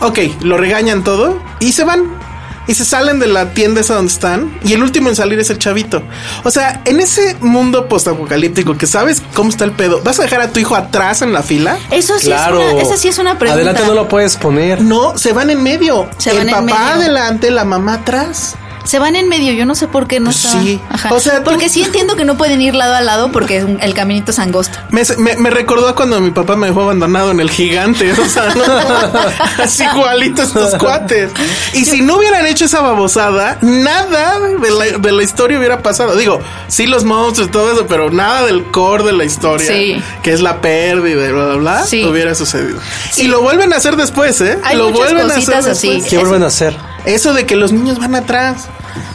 Speaker 5: ok, lo regañan todo y se van. Y se salen de la tienda esa donde están. Y el último en salir es el chavito. O sea, en ese mundo postapocalíptico que sabes cómo está el pedo, ¿vas a dejar a tu hijo atrás en la fila?
Speaker 6: Eso sí es
Speaker 7: Claro.
Speaker 6: una, esa sí es una pregunta.
Speaker 7: Adelante no lo puedes poner.
Speaker 5: No, se van en medio.
Speaker 6: Se
Speaker 5: el
Speaker 6: van en
Speaker 5: papá
Speaker 6: medio.
Speaker 5: adelante, la mamá atrás.
Speaker 6: Se van en medio, yo no sé por qué no
Speaker 5: Pues
Speaker 6: estaban.
Speaker 5: sí.
Speaker 6: Ajá.
Speaker 5: O sea, tú-
Speaker 6: porque sí entiendo que no pueden ir lado a lado porque es un- el caminito es angosto.
Speaker 5: Me, me- me recordó a cuando mi papá me dejó abandonado en el gigante. O sea, no, así igualito estos cuates. Y si no hubieran hecho esa babosada, nada de la, de la historia hubiera pasado. Digo, sí, los monstruos y todo eso, pero nada del core de la historia,
Speaker 6: Sí.
Speaker 5: que es la pérdida y bla, bla, bla,
Speaker 6: Sí.
Speaker 5: hubiera sucedido.
Speaker 6: Sí.
Speaker 5: Y lo vuelven a hacer después, ¿eh?
Speaker 6: Hay
Speaker 5: lo
Speaker 6: muchas
Speaker 5: vuelven
Speaker 6: cositas así.
Speaker 5: después.
Speaker 7: ¿Qué
Speaker 6: es-
Speaker 7: vuelven a hacer?
Speaker 5: Eso de que los niños van atrás.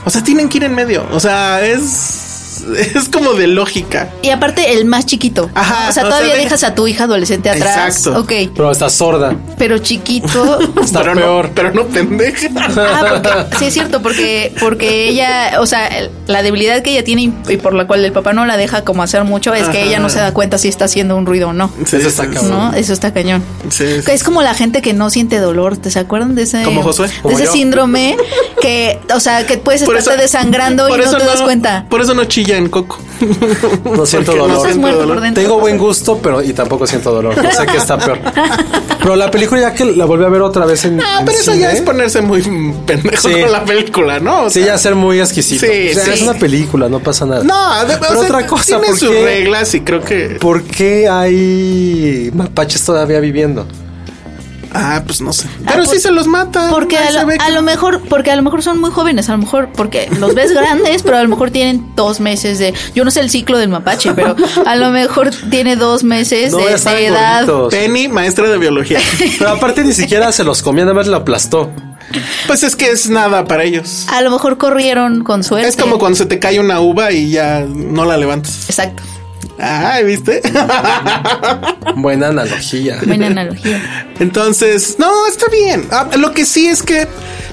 Speaker 5: O sea, tienen que ir en medio. O sea, es. Es como de lógica.
Speaker 6: Y aparte el más chiquito.
Speaker 5: Ajá,
Speaker 6: O sea,
Speaker 5: o
Speaker 6: todavía
Speaker 5: sea, de-
Speaker 6: dejas a tu hija adolescente atrás.
Speaker 5: Exacto.
Speaker 6: Ok.
Speaker 7: Pero está sorda.
Speaker 6: Pero chiquito.
Speaker 7: Pues Está
Speaker 5: pero
Speaker 7: peor.
Speaker 5: No, pero no pendeja.
Speaker 6: Ah, porque, sí es cierto, porque porque ella, o sea, el- la debilidad que ella tiene y- y por la cual el papá no la deja como hacer mucho es que
Speaker 5: Ajá.
Speaker 6: ella no se da cuenta si está haciendo un ruido o no.
Speaker 5: Sí,
Speaker 7: Eso está
Speaker 5: sí,
Speaker 7: cabrón.
Speaker 6: ¿No? Eso está cañón.
Speaker 5: Sí, sí.
Speaker 6: Es como la gente que no siente dolor, ¿te se acuerdan de ese
Speaker 5: Como Josué,
Speaker 6: de
Speaker 5: como
Speaker 6: ese
Speaker 5: yo.
Speaker 6: síndrome que, o sea, que puedes
Speaker 5: Por
Speaker 6: estarte
Speaker 5: eso-
Speaker 6: desangrando y
Speaker 5: por
Speaker 6: no
Speaker 5: eso
Speaker 6: te das cuenta.
Speaker 5: Por eso no costilla en coco.
Speaker 7: No siento
Speaker 5: Porque no
Speaker 7: dolor.
Speaker 6: Estás
Speaker 5: siento
Speaker 6: muerto
Speaker 5: dolor.
Speaker 6: por dentro.
Speaker 7: Tengo buen gusto, pero y tampoco siento dolor. No sé qué está peor. Pero la película ya que la volví a ver otra vez en.
Speaker 5: Ah,
Speaker 7: en
Speaker 5: pero eso
Speaker 7: cine,
Speaker 5: ya es ponerse muy mm, pendejo
Speaker 7: Sí.
Speaker 5: con la película, ¿no? O
Speaker 7: Sí,
Speaker 5: sea,
Speaker 7: ya ser muy exquisito.
Speaker 5: Sí,
Speaker 7: O sea,
Speaker 5: sí.
Speaker 7: Es una película, no pasa nada.
Speaker 5: No, de- o
Speaker 7: pero
Speaker 5: sea,
Speaker 7: otra cosa,
Speaker 5: tiene
Speaker 7: ¿por
Speaker 5: sus
Speaker 7: qué-
Speaker 5: reglas y creo que.
Speaker 7: ¿Por qué hay mapaches todavía viviendo?
Speaker 5: Ah, pues no sé. Pero
Speaker 6: por-
Speaker 5: sí se los mata.
Speaker 6: Porque
Speaker 5: Ahí
Speaker 6: a
Speaker 5: se
Speaker 6: lo,
Speaker 5: ve que-
Speaker 6: a lo mejor, porque a lo mejor son muy jóvenes, a lo mejor porque los ves grandes, pero a lo mejor tienen dos meses de, yo no sé el ciclo del mapache, pero a lo mejor tiene dos meses
Speaker 7: No,
Speaker 6: de,
Speaker 7: ya
Speaker 6: de
Speaker 7: estaban
Speaker 6: edad.
Speaker 7: gorditos.
Speaker 5: Penny, maestra de biología.
Speaker 7: Pero aparte ni siquiera se los comía, nada más lo aplastó.
Speaker 5: pues es que es nada para ellos.
Speaker 6: A lo mejor corrieron con suerte.
Speaker 5: Es como cuando se te cae una uva y ya no la levantas.
Speaker 6: Exacto.
Speaker 5: Ay, ¿viste?
Speaker 7: Buena analogía.
Speaker 6: Buena analogía.
Speaker 5: Entonces, no, está bien. Ah, lo que sí es que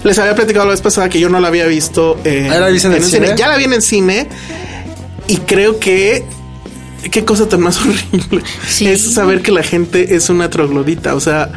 Speaker 5: les había platicado la vez pasada que yo no la había visto. en-
Speaker 7: ¿Ah, la viste en el cine?
Speaker 5: Ya la vi en el cine y creo que. Qué cosa tan más horrible
Speaker 6: Sí.
Speaker 5: es saber que la gente es una troglodita. O sea,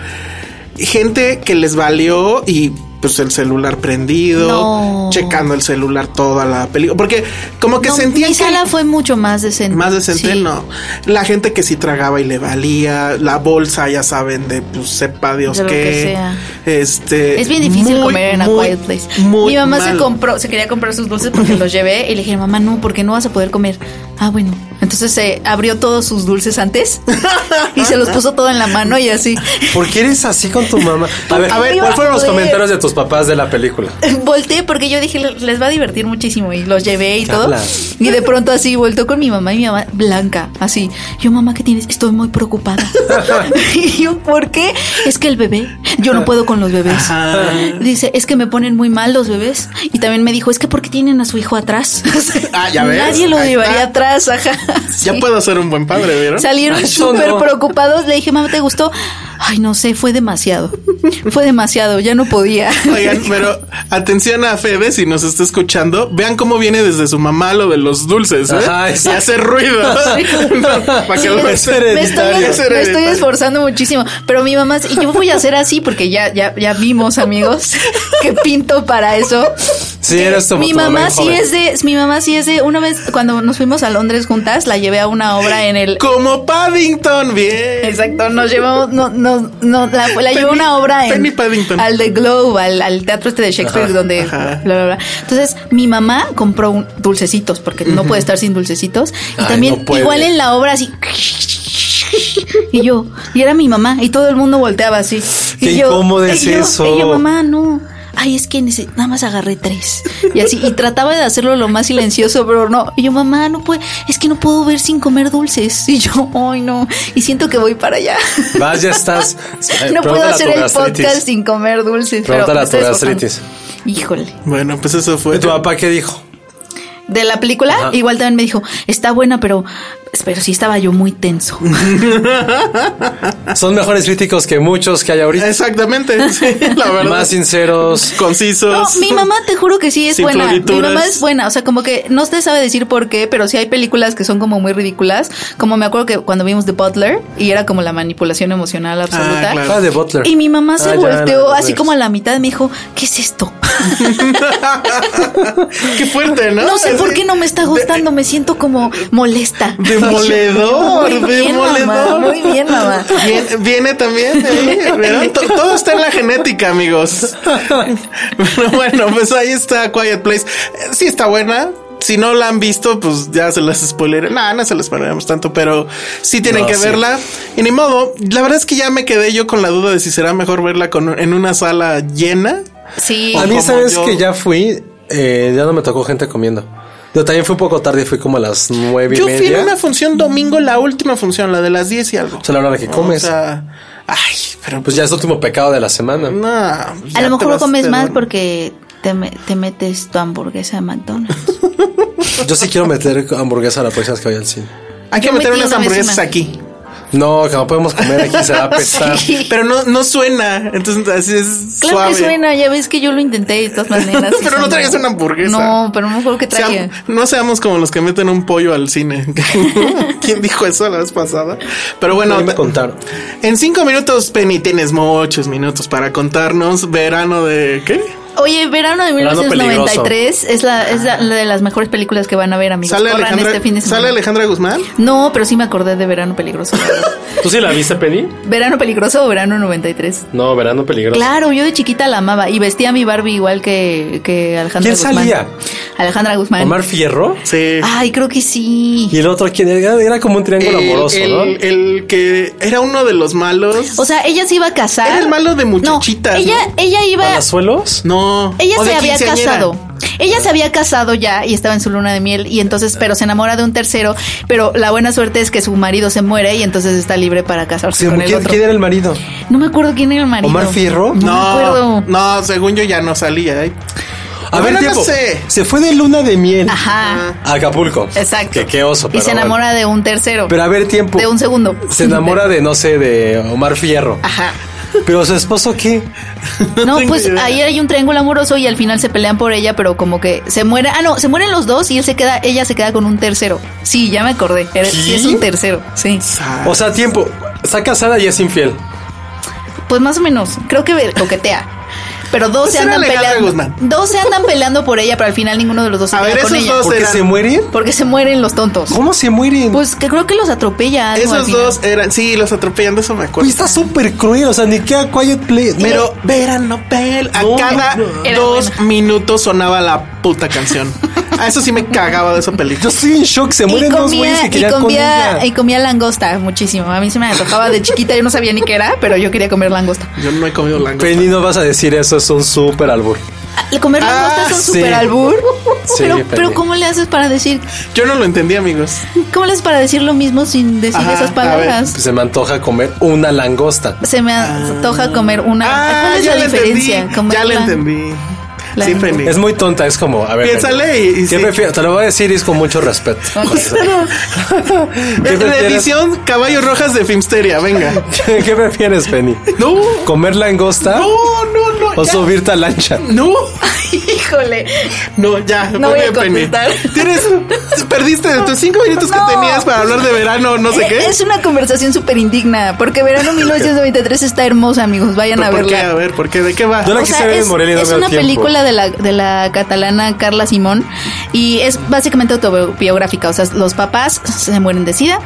Speaker 5: gente que les valió y pues el celular prendido,
Speaker 6: No.
Speaker 5: checando el celular toda la película. Porque como que
Speaker 6: No,
Speaker 5: sentían
Speaker 6: mi
Speaker 5: que.
Speaker 6: sala fue mucho más decente.
Speaker 5: Más decente,
Speaker 6: Sí.
Speaker 5: no. La gente que sí tragaba y le valía, la bolsa, ya saben, de pues sepa Dios
Speaker 6: De lo
Speaker 5: qué.
Speaker 6: que sea.
Speaker 5: Este.
Speaker 6: Es bien difícil
Speaker 5: muy,
Speaker 6: comer en A
Speaker 5: muy,
Speaker 6: Quiet Place.
Speaker 5: muy
Speaker 6: Mi mamá se
Speaker 5: malo.
Speaker 6: compró, se quería comprar sus dulces porque los llevé y le dije, mamá, no, porque no vas a poder comer. Ah, bueno. Entonces se abrió todos sus dulces antes y se los puso todo en la mano y así.
Speaker 7: ¿Por qué eres así con tu mamá? A ver,
Speaker 6: A ver,
Speaker 7: ¿cuáles fueron los
Speaker 6: a ver.
Speaker 7: comentarios de tus papás de la película?
Speaker 6: Volté porque yo dije, "Le- les va a divertir muchísimo y los llevé y
Speaker 7: ¿Qué
Speaker 6: todo.
Speaker 7: hablas?
Speaker 6: Y de pronto así voltó con mi mamá y mi mamá blanca, así. Yo, mamá, ¿qué tienes? Estoy muy preocupada. y yo, ¿por qué? Es que el bebé, yo no puedo con los bebés. Dice, es que me ponen muy mal los bebés. Y también me dijo, es que porque tienen a su hijo atrás. O sea,
Speaker 5: Ah, ya ves.
Speaker 6: Nadie lo
Speaker 5: Ahí
Speaker 6: llevaría
Speaker 5: está.
Speaker 6: atrás, ajá. Sí.
Speaker 5: Ya puedo ser un buen padre, ¿vieron?
Speaker 6: Salieron
Speaker 7: Eso
Speaker 6: súper
Speaker 7: no.
Speaker 6: preocupados. Le dije, mamá, ¿te gustó? Ay, no sé, fue demasiado. Fue demasiado, ya no podía.
Speaker 5: Oigan, pero atención a Fede, si nos está escuchando, vean cómo viene desde su mamá lo de los dulces, ¿eh?
Speaker 7: Ajá,
Speaker 5: y
Speaker 7: exacto.
Speaker 5: hace ruido. No, para que lo
Speaker 6: me,
Speaker 5: vean.
Speaker 6: me estoy,
Speaker 5: Es
Speaker 6: me
Speaker 5: hereditario.
Speaker 6: estoy esforzando muchísimo, pero mi mamá, y yo voy a hacer así porque ya, ya, ya vimos, amigos, que pinto para eso.
Speaker 7: Sí, eres tu
Speaker 6: mi
Speaker 7: tu
Speaker 6: mamá
Speaker 7: bien
Speaker 6: sí
Speaker 7: joven.
Speaker 6: es de, mi mamá sí es de, una vez cuando nos fuimos a Londres juntas, la llevé a una obra en el,
Speaker 5: Como Paddington, bien.
Speaker 6: Exacto, nos llevamos, no, no, no, la, la llevó
Speaker 5: Penny-
Speaker 6: una obra
Speaker 5: Penny
Speaker 6: en,
Speaker 5: Paddington.
Speaker 6: al The Globe, al, al teatro este de Shakespeare, donde
Speaker 5: ajá.
Speaker 6: bla, bla, bla. Entonces, mi mamá compró un- dulcecitos, porque no puede estar sin dulcecitos. Y
Speaker 7: Ay,
Speaker 6: también,
Speaker 7: no puede.
Speaker 6: igual en la obra, así. Y yo, y era mi mamá, y todo el mundo volteaba así. Y
Speaker 7: Qué
Speaker 6: yo,
Speaker 7: incómodo
Speaker 6: y
Speaker 7: es
Speaker 6: yo-
Speaker 7: eso.
Speaker 6: Y yo, mamá, no. Ay, es que nece- nada más agarré tres. Y así, y trataba de hacerlo lo más silencioso, pero no. Y yo, mamá, no puede, es que no puedo ver sin comer dulces. Y yo, ay, no. Y siento que voy para allá.
Speaker 7: Vas, ya estás.
Speaker 6: no puedo
Speaker 7: Pregúntale a
Speaker 6: hacer
Speaker 7: tu
Speaker 6: el
Speaker 7: gastritis.
Speaker 6: podcast sin comer dulces. pero
Speaker 7: Pregúntale a
Speaker 6: me estoy
Speaker 7: tu
Speaker 6: esforzando.
Speaker 7: gastritis.
Speaker 6: Híjole.
Speaker 5: Bueno, pues eso fue.
Speaker 7: ¿Y tu papá qué dijo?
Speaker 6: De la película,
Speaker 7: Ajá.
Speaker 6: igual también me dijo, está buena, pero, pero sí estaba yo muy tenso.
Speaker 7: Son mejores críticos que muchos que hay ahorita.
Speaker 5: Exactamente, sí, la verdad.
Speaker 7: Más sinceros.
Speaker 6: No,
Speaker 5: concisos.
Speaker 6: mi mamá te juro que sí es
Speaker 5: Sin
Speaker 6: buena. Mi
Speaker 5: florituras.
Speaker 6: mamá es buena, o sea, como que no se sabe decir por qué, pero sí hay películas que son como muy ridículas, como me acuerdo que cuando vimos The Butler y era como la manipulación emocional absoluta.
Speaker 5: claro.
Speaker 7: Ah, de Butler.
Speaker 6: Y mi mamá se
Speaker 7: Ah, ya,
Speaker 6: volteó
Speaker 7: la de
Speaker 6: así
Speaker 7: Butler.
Speaker 6: como a la mitad y me dijo, ¿qué es esto?
Speaker 5: Qué fuerte, ¿no?
Speaker 6: No sé
Speaker 5: Así,
Speaker 6: por qué no me está gustando, me siento como molesta.
Speaker 5: Demoledor,
Speaker 6: Muy bien, mamá,
Speaker 5: demoledor.
Speaker 6: muy bien, mamá.
Speaker 5: Viene, viene también, de ahí, ¿verdad? To- todo está en la genética, amigos. Pero bueno, pues ahí está Quiet Place. Eh, Sí está buena. Si no la han visto, pues ya se las spoileré. No, no se las spoileremos tanto, pero sí tienen
Speaker 7: No,
Speaker 5: que
Speaker 7: sí.
Speaker 5: verla. Y ni modo, la verdad es que ya me quedé yo con la duda de si será mejor verla con, en una sala llena.
Speaker 6: Sí.
Speaker 7: A mí,
Speaker 5: como
Speaker 7: sabes
Speaker 5: yo.
Speaker 7: que ya fui, eh, ya no me tocó gente comiendo. Yo también fui un poco tarde, fui como a las nueve y
Speaker 5: Yo
Speaker 7: media.
Speaker 5: fui en una función domingo, la última función, la de las 10 y algo.
Speaker 7: O sea, la hora en la que comes.
Speaker 5: O sea, ay, pero
Speaker 7: Pues ya es último pecado de la semana.
Speaker 5: No,
Speaker 6: A
Speaker 5: ya
Speaker 6: lo
Speaker 5: te
Speaker 6: mejor
Speaker 5: vas
Speaker 6: comes
Speaker 5: de
Speaker 6: más
Speaker 5: don-
Speaker 6: porque te, me- te metes tu hamburguesa de McDonald's.
Speaker 7: Yo sí quiero meter hamburguesa a la próxima vez que vaya al cine.
Speaker 5: Hay que
Speaker 6: Yo
Speaker 5: meter
Speaker 6: metí
Speaker 5: unas
Speaker 6: una vez
Speaker 5: hamburguesas
Speaker 6: una.
Speaker 5: aquí.
Speaker 7: No, que no podemos comer aquí, se va a pesar.
Speaker 5: Pero no, no suena. Entonces, así es
Speaker 6: Claro
Speaker 5: suave.
Speaker 6: que suena, ya ves que yo lo intenté de todas maneras.
Speaker 5: Pero no traigas
Speaker 6: traías
Speaker 5: una hamburguesa.
Speaker 6: No, pero no me acuerdo que traje.
Speaker 5: Seam- no seamos como los que meten un pollo al cine. ¿Quién dijo eso la vez pasada? Pero bueno,
Speaker 7: Ahí me contaron.
Speaker 5: en cinco minutos, Penny, tienes muchos minutos para contarnos verano de qué?
Speaker 6: Oye, verano de
Speaker 7: Verano
Speaker 6: 1993 es, la, es la- la de las mejores películas que van a ver, amigos.
Speaker 5: Ah. ¿Sale
Speaker 6: Corran
Speaker 5: Alejandra,
Speaker 6: este fin de semana.
Speaker 5: ¿Sale Alejandra Guzmán?
Speaker 6: No, pero sí me acordé de Verano Peligroso.
Speaker 7: ¿Tú sí la viste, Penny?
Speaker 6: ¿Verano Peligroso o Verano 93?
Speaker 7: No, verano peligroso.
Speaker 6: Claro, yo de chiquita la amaba y vestía a mi Barbie igual que, que Alejandra
Speaker 7: ¿Quién
Speaker 6: Guzmán.
Speaker 7: salía?
Speaker 6: Alejandra Guzmán.
Speaker 7: Omar Fierro.
Speaker 5: Sí.
Speaker 6: Ay, creo que sí.
Speaker 7: Y el otro, ¿quién era? Era como un triángulo amoroso,
Speaker 5: el,
Speaker 7: ¿no?
Speaker 5: el que era uno de los malos.
Speaker 6: O sea, ella se iba a casar.
Speaker 5: Era el malo de
Speaker 6: No,
Speaker 5: Muchachitas,
Speaker 6: ella, ella iba.
Speaker 7: ¿Palazuelos?
Speaker 5: no.
Speaker 6: Ella
Speaker 5: O de
Speaker 6: se había
Speaker 5: quinceañera.
Speaker 6: casado. Ella se había casado ya y estaba en su luna de miel y entonces, pero se enamora de un tercero, pero la buena suerte es que su marido se muere y entonces está libre para
Speaker 7: Sí,
Speaker 6: casarse con el
Speaker 7: ¿quién,
Speaker 6: otro.
Speaker 7: quién era el marido?
Speaker 6: No me acuerdo quién era el marido.
Speaker 7: ¿Omar Fierro?
Speaker 6: No, me
Speaker 5: No,
Speaker 6: acuerdo.
Speaker 5: no, según yo ya no salía. ¿eh?
Speaker 7: A ver,
Speaker 5: Bueno, no
Speaker 7: tiempo.
Speaker 5: sé.
Speaker 7: Se fue de luna de miel
Speaker 6: Ajá.
Speaker 7: a Acapulco.
Speaker 6: Exacto.
Speaker 7: Que qué oso,
Speaker 6: Y
Speaker 7: pero
Speaker 6: se
Speaker 7: bueno.
Speaker 6: enamora de un tercero.
Speaker 7: Pero a ver, tiempo.
Speaker 6: de un segundo.
Speaker 7: Se enamora de, no sé, de Omar Fierro.
Speaker 6: Ajá.
Speaker 7: Pero su esposo, ¿qué?
Speaker 6: No,
Speaker 5: tengo
Speaker 6: pues
Speaker 5: idea.
Speaker 6: ahí hay un triángulo amoroso y al final se pelean por ella, pero como que se muere. Ah, no, se mueren los dos y él se queda, ella se queda con un tercero. Sí, ya me acordé. Era- sí,
Speaker 7: ¿Qué?
Speaker 6: es un tercero. Sí.
Speaker 7: O sea, tiempo. Está casada y es infiel.
Speaker 6: Pues más o menos. Creo que ve- coquetea. Pero dos
Speaker 5: Pues
Speaker 6: se
Speaker 5: era
Speaker 6: andan
Speaker 5: Alejandra
Speaker 6: peleando.
Speaker 5: Guzmán.
Speaker 6: Dos se andan peleando por ella, pero al final ninguno de los dos se
Speaker 5: A
Speaker 6: queda
Speaker 5: ver,
Speaker 6: con
Speaker 5: esos
Speaker 6: ella.
Speaker 5: dos
Speaker 7: ¿Por qué
Speaker 5: eran-
Speaker 7: se mueren?
Speaker 6: Porque se mueren los tontos.
Speaker 7: ¿Cómo se mueren?
Speaker 6: Pues que creo que los atropella. algo al
Speaker 5: Esos
Speaker 6: final.
Speaker 5: dos eran, sí, los atropellan, de eso me
Speaker 7: Pues
Speaker 5: acuerdo.
Speaker 7: está súper cruel. O sea, ni queda Quiet Play.
Speaker 5: Pero verano pel, a
Speaker 7: No,
Speaker 5: cada
Speaker 7: no.
Speaker 6: Era
Speaker 5: dos
Speaker 6: buena.
Speaker 5: minutos sonaba la puta canción. A eso sí me cagaba de esa película.
Speaker 7: Yo estoy en shock. Se
Speaker 6: Y
Speaker 7: mueren dos güeyes
Speaker 6: comía,
Speaker 7: que
Speaker 6: y,
Speaker 7: querían con
Speaker 6: comía,
Speaker 7: ella.
Speaker 6: y comía langosta muchísimo. A mí se me antojaba de chiquita, yo no sabía ni qué era, pero yo quería comer langosta.
Speaker 5: Yo no he comido langosta.
Speaker 7: Penny, no vas a decir eso. Es un súper albur.
Speaker 6: Ah, ¿le Comer langosta es un
Speaker 7: sí.
Speaker 6: super albur.
Speaker 7: Sí,
Speaker 6: pero,
Speaker 7: perdí.
Speaker 6: pero ¿cómo le haces para decir,
Speaker 5: Yo no lo entendí, amigos.
Speaker 6: cómo le haces para decir lo mismo sin decir
Speaker 5: Ajá,
Speaker 6: esas
Speaker 7: Pues
Speaker 6: palabras?
Speaker 7: Se me antoja comer una langosta.
Speaker 6: Se me antoja comer una. ¿Cuál es la
Speaker 5: lo
Speaker 6: diferencia?
Speaker 5: Ah, Entendí,
Speaker 6: Comer
Speaker 5: ya lo
Speaker 6: la-
Speaker 5: entendí.
Speaker 6: la-
Speaker 5: Sí, Penny.
Speaker 7: Es muy tonta, es como, a ver.
Speaker 5: Piénsale
Speaker 7: Penny,
Speaker 5: y- y
Speaker 7: ¿qué
Speaker 5: sí.
Speaker 7: prefier- Te lo voy a decir y es con mucho respeto.
Speaker 6: Ok.
Speaker 7: ¿Qué
Speaker 5: En la
Speaker 7: prefieres,
Speaker 5: edición Caballos Rojas de Filmsteria, venga.
Speaker 7: ¿Qué prefieres, Penny?
Speaker 5: No,
Speaker 7: ¿Comer langosta
Speaker 5: no, no, no.
Speaker 7: o
Speaker 5: ya.
Speaker 7: subirte a lancha?
Speaker 5: No,
Speaker 6: Híjole.
Speaker 5: no, ya.
Speaker 6: No voy a
Speaker 5: ponle Penny.
Speaker 6: contestar.
Speaker 5: Tienes, perdiste tus cinco minutos
Speaker 6: No.
Speaker 5: que tenías para hablar de verano, no sé qué.
Speaker 6: Eh, Es una conversación súper indigna, porque verano 1993 está hermosa, amigos. Vayan a
Speaker 5: ¿Por qué? A
Speaker 6: verla.
Speaker 5: ver, ¿por qué? ¿De qué va?
Speaker 7: Yo la
Speaker 6: O
Speaker 7: quise
Speaker 6: sea,
Speaker 7: ver
Speaker 6: es,
Speaker 7: en Morelia y no
Speaker 6: es
Speaker 7: me dio
Speaker 6: una
Speaker 7: tiempo.
Speaker 6: película de la, de la catalana Carla Simón y es básicamente autobiográfica. O sea, los papás se mueren de sida.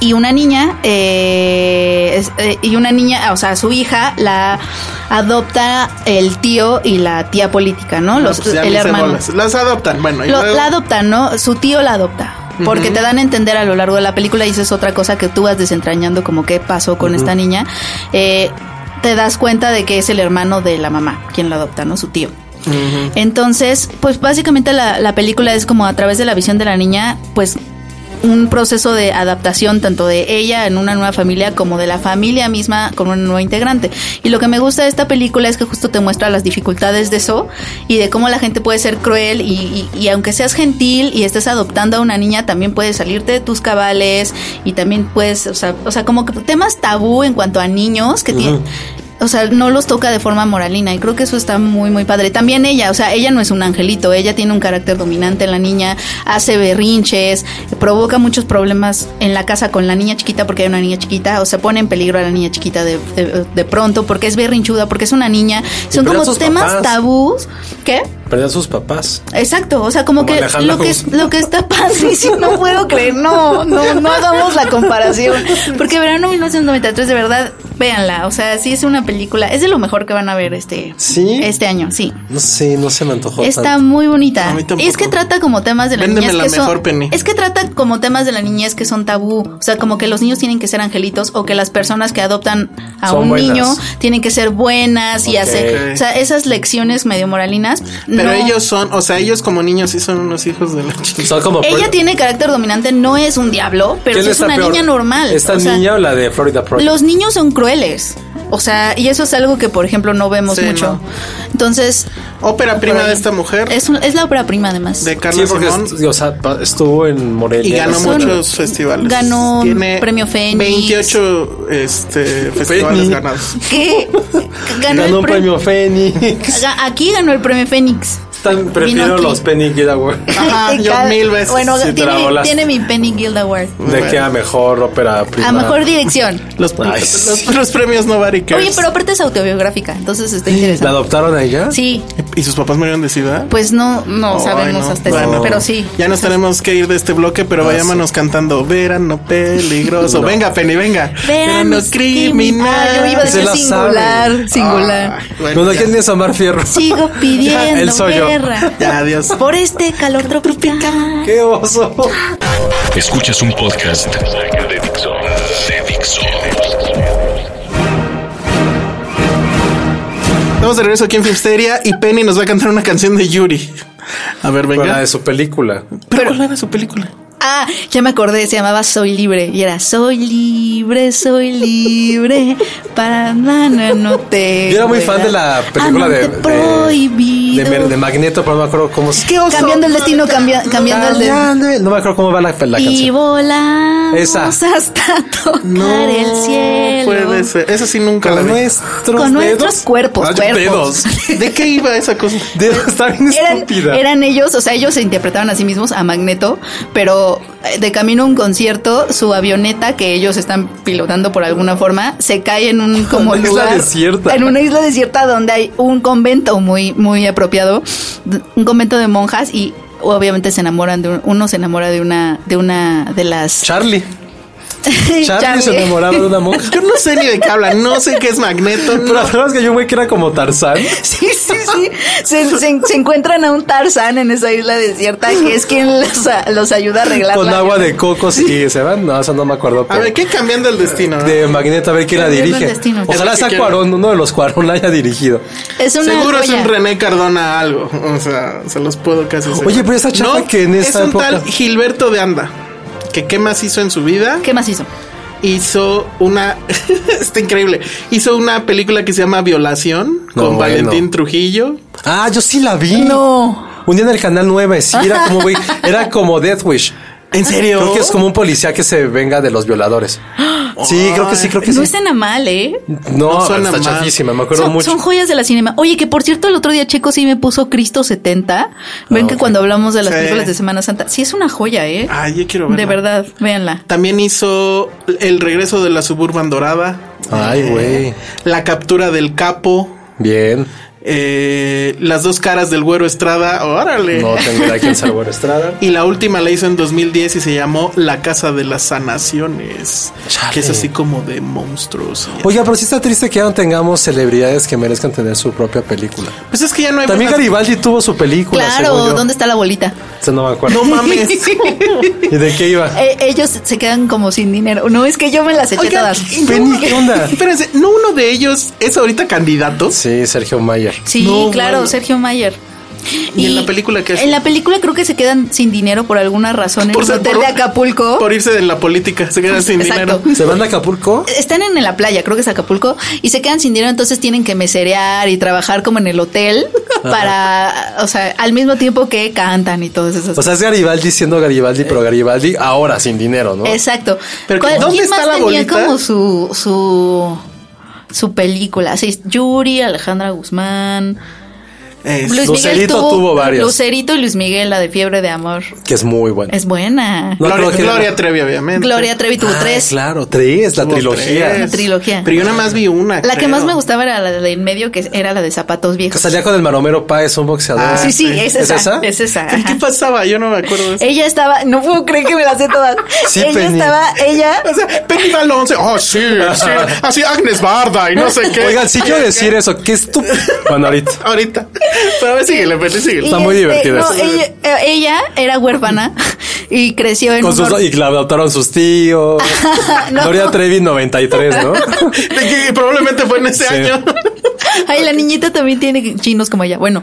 Speaker 6: Y una niña, eh, es- eh, y una niña, o sea, su hija la adopta el tío y la tía política, ¿no? Los,
Speaker 5: Pues ya
Speaker 6: el
Speaker 5: me hice
Speaker 6: hermano.
Speaker 5: bolas. Las adoptan, bueno. y
Speaker 6: Lo-
Speaker 5: luego-
Speaker 6: la adoptan, ¿no? Su tío la adopta. Porque te dan a entender a lo largo de la película y eso es otra cosa que tú vas desentrañando como qué pasó con esta niña. Eh, te das cuenta de que es el hermano de la mamá quien la adopta, ¿no? Su tío. Entonces, pues básicamente la, la película es como a través de la visión de la niña, pues un proceso de adaptación tanto de ella en una nueva familia como de la familia misma con una nueva integrante. Y lo que me gusta de esta película es que justo te muestra las dificultades de eso y de cómo la gente puede ser cruel y, y- y aunque seas gentil y estés adoptando a una niña, también puedes salirte de tus cabales y también puedes, o sea, o sea como que temas tabú en cuanto a niños que tienen... O sea, no los toca de forma moralina y creo que eso está muy, muy padre. También ella, o sea, ella no es un angelito, ella tiene un carácter dominante en la niña, hace berrinches, provoca muchos problemas en la casa con la niña chiquita porque hay una niña chiquita, o sea, pone en peligro a la niña chiquita de, de- de pronto porque es berrinchuda, porque es una niña. Son
Speaker 7: pero
Speaker 6: como
Speaker 7: esos
Speaker 6: temas
Speaker 7: papás.
Speaker 6: tabús. ¿Qué?
Speaker 7: Perdí a sus papás.
Speaker 6: Exacto, o sea, como,
Speaker 7: Como
Speaker 6: que
Speaker 7: Alejandra
Speaker 6: lo que, es-
Speaker 7: Guzmán.
Speaker 6: lo que está padrísimo, no puedo creer, no, no, no hagamos la comparación, porque verano 1993 de verdad, véanla, o sea, sí es una película, es de lo mejor que van a ver este,
Speaker 7: ¿Sí?
Speaker 6: este año, sí.
Speaker 7: No sé, no se me antojó.
Speaker 6: Está
Speaker 7: tanto.
Speaker 6: muy bonita.
Speaker 5: A mí tampoco.
Speaker 6: Y es que trata como temas de la
Speaker 5: Véndeme
Speaker 6: niñez
Speaker 5: la
Speaker 6: que son-
Speaker 5: mejor, Penny.
Speaker 6: Es que trata como temas de la niñez que son tabú, o sea, como que los niños tienen que ser angelitos o que las personas que adoptan a
Speaker 7: Son
Speaker 6: un
Speaker 7: buenas.
Speaker 6: niño tienen que ser buenas y
Speaker 7: Ok.
Speaker 6: hacer, o sea, esas lecciones medio moralinas.
Speaker 5: Pero
Speaker 6: no-
Speaker 5: ellos son, o sea, ellos como niños sí son unos hijos de la chica.
Speaker 7: Son como.
Speaker 6: Ella tiene carácter dominante, no es un diablo, pero
Speaker 7: ¿Quién
Speaker 6: sí es
Speaker 7: está
Speaker 6: una
Speaker 7: peor?
Speaker 6: niña normal.
Speaker 7: ¿Esta
Speaker 6: O sea,
Speaker 7: niña o la de Florida Project?
Speaker 6: Los niños son crueles. O sea, y eso es algo que, por ejemplo, no vemos
Speaker 5: Sí,
Speaker 6: mucho.
Speaker 5: no.
Speaker 6: Entonces,
Speaker 5: Ópera prima de esta mujer,
Speaker 6: es, un- es la obra prima, además.
Speaker 5: de
Speaker 7: Sí,
Speaker 5: Carlos
Speaker 7: porque
Speaker 5: Simón.
Speaker 7: est- o sea, pa- estuvo en Morelia.
Speaker 5: Y ganó
Speaker 6: Son-
Speaker 5: muchos festivales.
Speaker 6: ganó premio Fénix.
Speaker 5: 28 este, festivales
Speaker 7: Fénix.
Speaker 5: ganados.
Speaker 6: ¿Qué? Ganó,
Speaker 7: Ganó
Speaker 6: el
Speaker 7: un
Speaker 6: premio.
Speaker 7: premio Fénix.
Speaker 6: Ga- Aquí ganó el premio Fénix.
Speaker 7: tan prefiero
Speaker 6: aquí.
Speaker 7: los Penny Guild Award.
Speaker 5: Ajá,
Speaker 6: Y
Speaker 5: yo
Speaker 6: cada-
Speaker 5: mil veces
Speaker 6: Bueno,
Speaker 5: sí te
Speaker 7: la
Speaker 6: tiene,
Speaker 7: volaste.
Speaker 6: tiene mi Penny Guild Award.
Speaker 7: De que a mejor ópera prima.
Speaker 6: A mejor dirección.
Speaker 5: Los,
Speaker 7: Ay,
Speaker 5: los, los premios Nobody Cares.
Speaker 6: Oye, pero aparte es autobiográfica, entonces está
Speaker 7: ¿La
Speaker 6: interesante.
Speaker 7: adoptaron a ella?
Speaker 6: Sí,
Speaker 5: ¿Y sus papás murieron de ciudad?
Speaker 6: pues no, no
Speaker 5: Ay,
Speaker 6: sabemos
Speaker 5: no.
Speaker 6: hasta
Speaker 5: Bueno.
Speaker 6: eso, pero sí.
Speaker 5: Ya nos tenemos que ir de este bloque, pero vayámonos cantando Verano peligroso. Venga, Penny, venga.
Speaker 6: Verano criminal. Ah, yo iba a
Speaker 7: Se
Speaker 6: decir
Speaker 7: la
Speaker 6: singular,
Speaker 7: sabe.
Speaker 6: singular.
Speaker 5: Ah, bueno,
Speaker 7: Bueno,
Speaker 5: ya.
Speaker 7: ¿quién es Omar Fierro?
Speaker 6: Sigo pidiendo
Speaker 7: Él soy yo.
Speaker 6: guerra
Speaker 5: Ya, adiós.
Speaker 6: por este calor tropical.
Speaker 7: ¡Qué oso!
Speaker 3: Escuchas un podcast de Dixo. De Dixo.
Speaker 5: Estamos de regreso aquí en Filmsteria y Penny nos va a cantar una canción de Yuri. A ver, venga.
Speaker 7: Con la de su película.
Speaker 5: ¿Pero cuál era su película?
Speaker 6: Ah, ya me acordé, se llamaba Soy Libre y era Soy Libre, Soy Libre para nada no te.
Speaker 7: Yo era muy fan de la película de,
Speaker 6: Amante
Speaker 7: de,
Speaker 6: prohibido.
Speaker 7: de Mer- de Magneto, pero no me acuerdo cómo se
Speaker 6: Cambiando el destino, cambia- cambiando el destino.
Speaker 7: Cambiando- No me acuerdo cómo va la, la
Speaker 6: Y
Speaker 7: canción.
Speaker 6: volamos
Speaker 7: Esa.
Speaker 6: hasta tocar el cielo.
Speaker 5: Puede ser. Esa sí nunca la
Speaker 7: Con
Speaker 5: vi.
Speaker 7: nuestros
Speaker 6: Con nuestros
Speaker 7: dedos.
Speaker 6: cuerpos,
Speaker 7: Ah,
Speaker 6: cuerpos.
Speaker 7: dedos.
Speaker 5: ¿De qué iba esa cosa?
Speaker 7: Dedos, Está bien
Speaker 6: Eran,
Speaker 7: estúpida.
Speaker 6: eran ellos, o sea, ellos se interpretaban a sí mismos a Magneto, pero eh, de camino a un concierto, su avioneta que ellos están pilotando por alguna forma se cae en un como
Speaker 7: Una isla
Speaker 6: lugar,
Speaker 7: desierta.
Speaker 6: en una isla desierta donde hay un convento muy muy apropiado, d- un convento de monjas y obviamente se enamoran de un- uno se enamora de una de una de las
Speaker 7: Charlie. Charlie
Speaker 6: Charlie.
Speaker 7: se enamoraba de una monja.
Speaker 5: Yo no sé ni de qué habla. No sé qué es Magneto.
Speaker 7: Pero
Speaker 5: no.
Speaker 7: además que yo, güey, que era como Tarzán.
Speaker 6: Sí, sí, sí. Se, se- se encuentran a un Tarzán en esa isla desierta que es quien los, a- los ayuda a arreglar.
Speaker 7: Con
Speaker 6: la-
Speaker 7: agua de cocos y se van. No, eso no me acuerdo.
Speaker 5: A
Speaker 7: pero-
Speaker 5: ver, ¿qué cambiando el destino? no?
Speaker 7: De Magneto, a ver quién la
Speaker 6: Cambiando el
Speaker 7: dirige.
Speaker 6: destino.
Speaker 7: Ojalá
Speaker 5: Es lo que
Speaker 7: sea
Speaker 5: quiero.
Speaker 7: Cuarón, uno de los Cuarón la haya dirigido.
Speaker 6: Es una
Speaker 5: Seguro es
Speaker 6: joya.
Speaker 5: un René Cardona algo. O sea, se los puedo casi asegurar.
Speaker 7: Oye, pero esa chava que en esa
Speaker 5: Es un
Speaker 7: época-
Speaker 5: tal Gilberto de Anda. Que qué más hizo en su vida.
Speaker 6: ¿Qué más hizo?
Speaker 5: Hizo una. está increíble. Hizo una película que se llama Violación
Speaker 7: No,
Speaker 5: con
Speaker 7: bueno.
Speaker 5: Valentín Trujillo.
Speaker 7: Ah, yo sí la vi.
Speaker 6: No.
Speaker 7: Un día en el canal 9, sí, era como, güey, era como Death Wish.
Speaker 5: ¿En serio?
Speaker 7: Creo que es como un policía que se venga de los violadores. Sí, creo que sí, creo que
Speaker 6: No
Speaker 7: sí.
Speaker 6: suena mal, ¿eh?
Speaker 7: No,
Speaker 5: no suena
Speaker 7: está
Speaker 5: mal.
Speaker 7: chafísima, me acuerdo
Speaker 6: Son,
Speaker 7: mucho.
Speaker 6: son joyas de la cinema. Oye, que por cierto, el otro día Checo sí me puso Cristo 70. Ven que cuando hablamos de las
Speaker 5: Ah, Sí. Ah,
Speaker 6: películas de Semana Santa, sí es una joya, ¿eh?
Speaker 5: Ay, yo quiero verla.
Speaker 6: de verdad, véanla.
Speaker 5: También hizo El regreso de la suburban dorada.
Speaker 7: Ay, güey.
Speaker 5: La captura del capo.
Speaker 7: Bien.
Speaker 5: eh, las dos caras del güero Estrada. Órale.
Speaker 7: No tengo idea quién es Álvaro Estrada.
Speaker 5: Y la última la hizo en 2010 y se llamó La Casa de las Sanaciones.
Speaker 7: Chale.
Speaker 5: Que es así como de monstruos. y-
Speaker 7: Oiga, pero sí está triste que ya no tengamos celebridades que merezcan tener su propia película.
Speaker 5: Pues es que ya no hay.
Speaker 7: También
Speaker 5: buenas-
Speaker 7: Garibaldi tuvo su película. según
Speaker 6: Claro,
Speaker 7: yo.
Speaker 6: ¿dónde está la bolita?
Speaker 7: Eso no me acuerdo.
Speaker 5: No mames.
Speaker 7: ¿Y de qué iba?
Speaker 6: Eh, ellos se quedan como sin dinero. No, es que yo me las eché
Speaker 5: Oigan,
Speaker 6: todas.
Speaker 5: ¿y no-
Speaker 7: Penny, ¿qué onda?
Speaker 5: Espérense, ¿no uno de ellos es ahorita candidato?
Speaker 7: Sí, Sergio Mayer.
Speaker 6: Sí,
Speaker 5: No,
Speaker 6: claro,
Speaker 5: mames.
Speaker 6: Sergio Mayer.
Speaker 5: ¿Y en la película qué hace?
Speaker 6: En la película creo que se quedan sin dinero por alguna razón en
Speaker 5: Por
Speaker 6: un
Speaker 5: ser-
Speaker 6: hotel
Speaker 5: por-
Speaker 6: de Acapulco.
Speaker 5: Por irse de la política, se quedan sin
Speaker 6: Exacto.
Speaker 5: dinero.
Speaker 7: ¿Se van a Acapulco?
Speaker 6: Están en la playa, creo que es Acapulco, y se quedan sin dinero, entonces tienen que meserear y trabajar como en el hotel para, o sea, al mismo tiempo que cantan y todas esas
Speaker 7: O sea, es Garibaldi siendo Garibaldi, pero Garibaldi ahora sin dinero, ¿no?
Speaker 6: Exacto.
Speaker 5: Pero
Speaker 6: ¿Cuál-
Speaker 5: ¿dónde
Speaker 6: quién
Speaker 5: está
Speaker 6: más
Speaker 5: la
Speaker 6: tenía
Speaker 5: bolita?
Speaker 6: como su su su película? Así, Yuri, Alejandra Guzmán,
Speaker 5: Es-
Speaker 6: Luis Miguel
Speaker 7: Lucerito tuvo varias.
Speaker 6: Lucerito y Luis Miguel, la de Fiebre de Amor.
Speaker 7: Que es muy bueno.
Speaker 6: Es buena.
Speaker 7: No
Speaker 5: Gloria,
Speaker 7: creo que-
Speaker 5: Gloria Trevi, obviamente.
Speaker 6: Gloria Trevi tuvo
Speaker 7: Ah,
Speaker 6: tres.
Speaker 7: Claro, tres, la
Speaker 5: Tuvo
Speaker 7: trilogía.
Speaker 5: tres.
Speaker 6: La trilogía.
Speaker 5: Pero yo nada más vi una.
Speaker 6: La que
Speaker 5: creo.
Speaker 6: más me gustaba era la de en medio, que era la de zapatos
Speaker 7: Que
Speaker 6: viejos.
Speaker 7: salía con el Maromero Páez, un boxeador.
Speaker 5: Ah,
Speaker 6: sí, sí,
Speaker 5: sí.
Speaker 6: es
Speaker 7: ¿Es
Speaker 6: esa.
Speaker 7: esa?
Speaker 6: Es esa.
Speaker 5: ¿Pero ¿Qué
Speaker 6: ajá.
Speaker 5: pasaba? Yo no me acuerdo de eso.
Speaker 6: Ella estaba, no puedo creer que me las sé todas.
Speaker 7: Sí,
Speaker 6: ella
Speaker 7: Penny.
Speaker 6: estaba, ella.
Speaker 5: O sea, Penny va al 11. Oh, sí, sí. Así Agnes Barda y no sé qué.
Speaker 7: Oigan, sí quiero decir eso, qué estúpido. Bueno, ahorita.
Speaker 5: Ahorita. Pero a ver, síguele, Penny, síguele.
Speaker 7: Está muy
Speaker 6: y
Speaker 7: divertida.
Speaker 6: no, ella, eh, ella era huérfana y creció en
Speaker 7: Con
Speaker 6: un
Speaker 7: sus,
Speaker 6: or-
Speaker 7: y la adoptaron sus tíos.
Speaker 6: No.
Speaker 7: Gloria Trevi 93, ¿no?
Speaker 5: De que probablemente fue en ese
Speaker 7: Sí.
Speaker 5: año.
Speaker 6: Ay, la niñita también tiene chinos como ella. Bueno,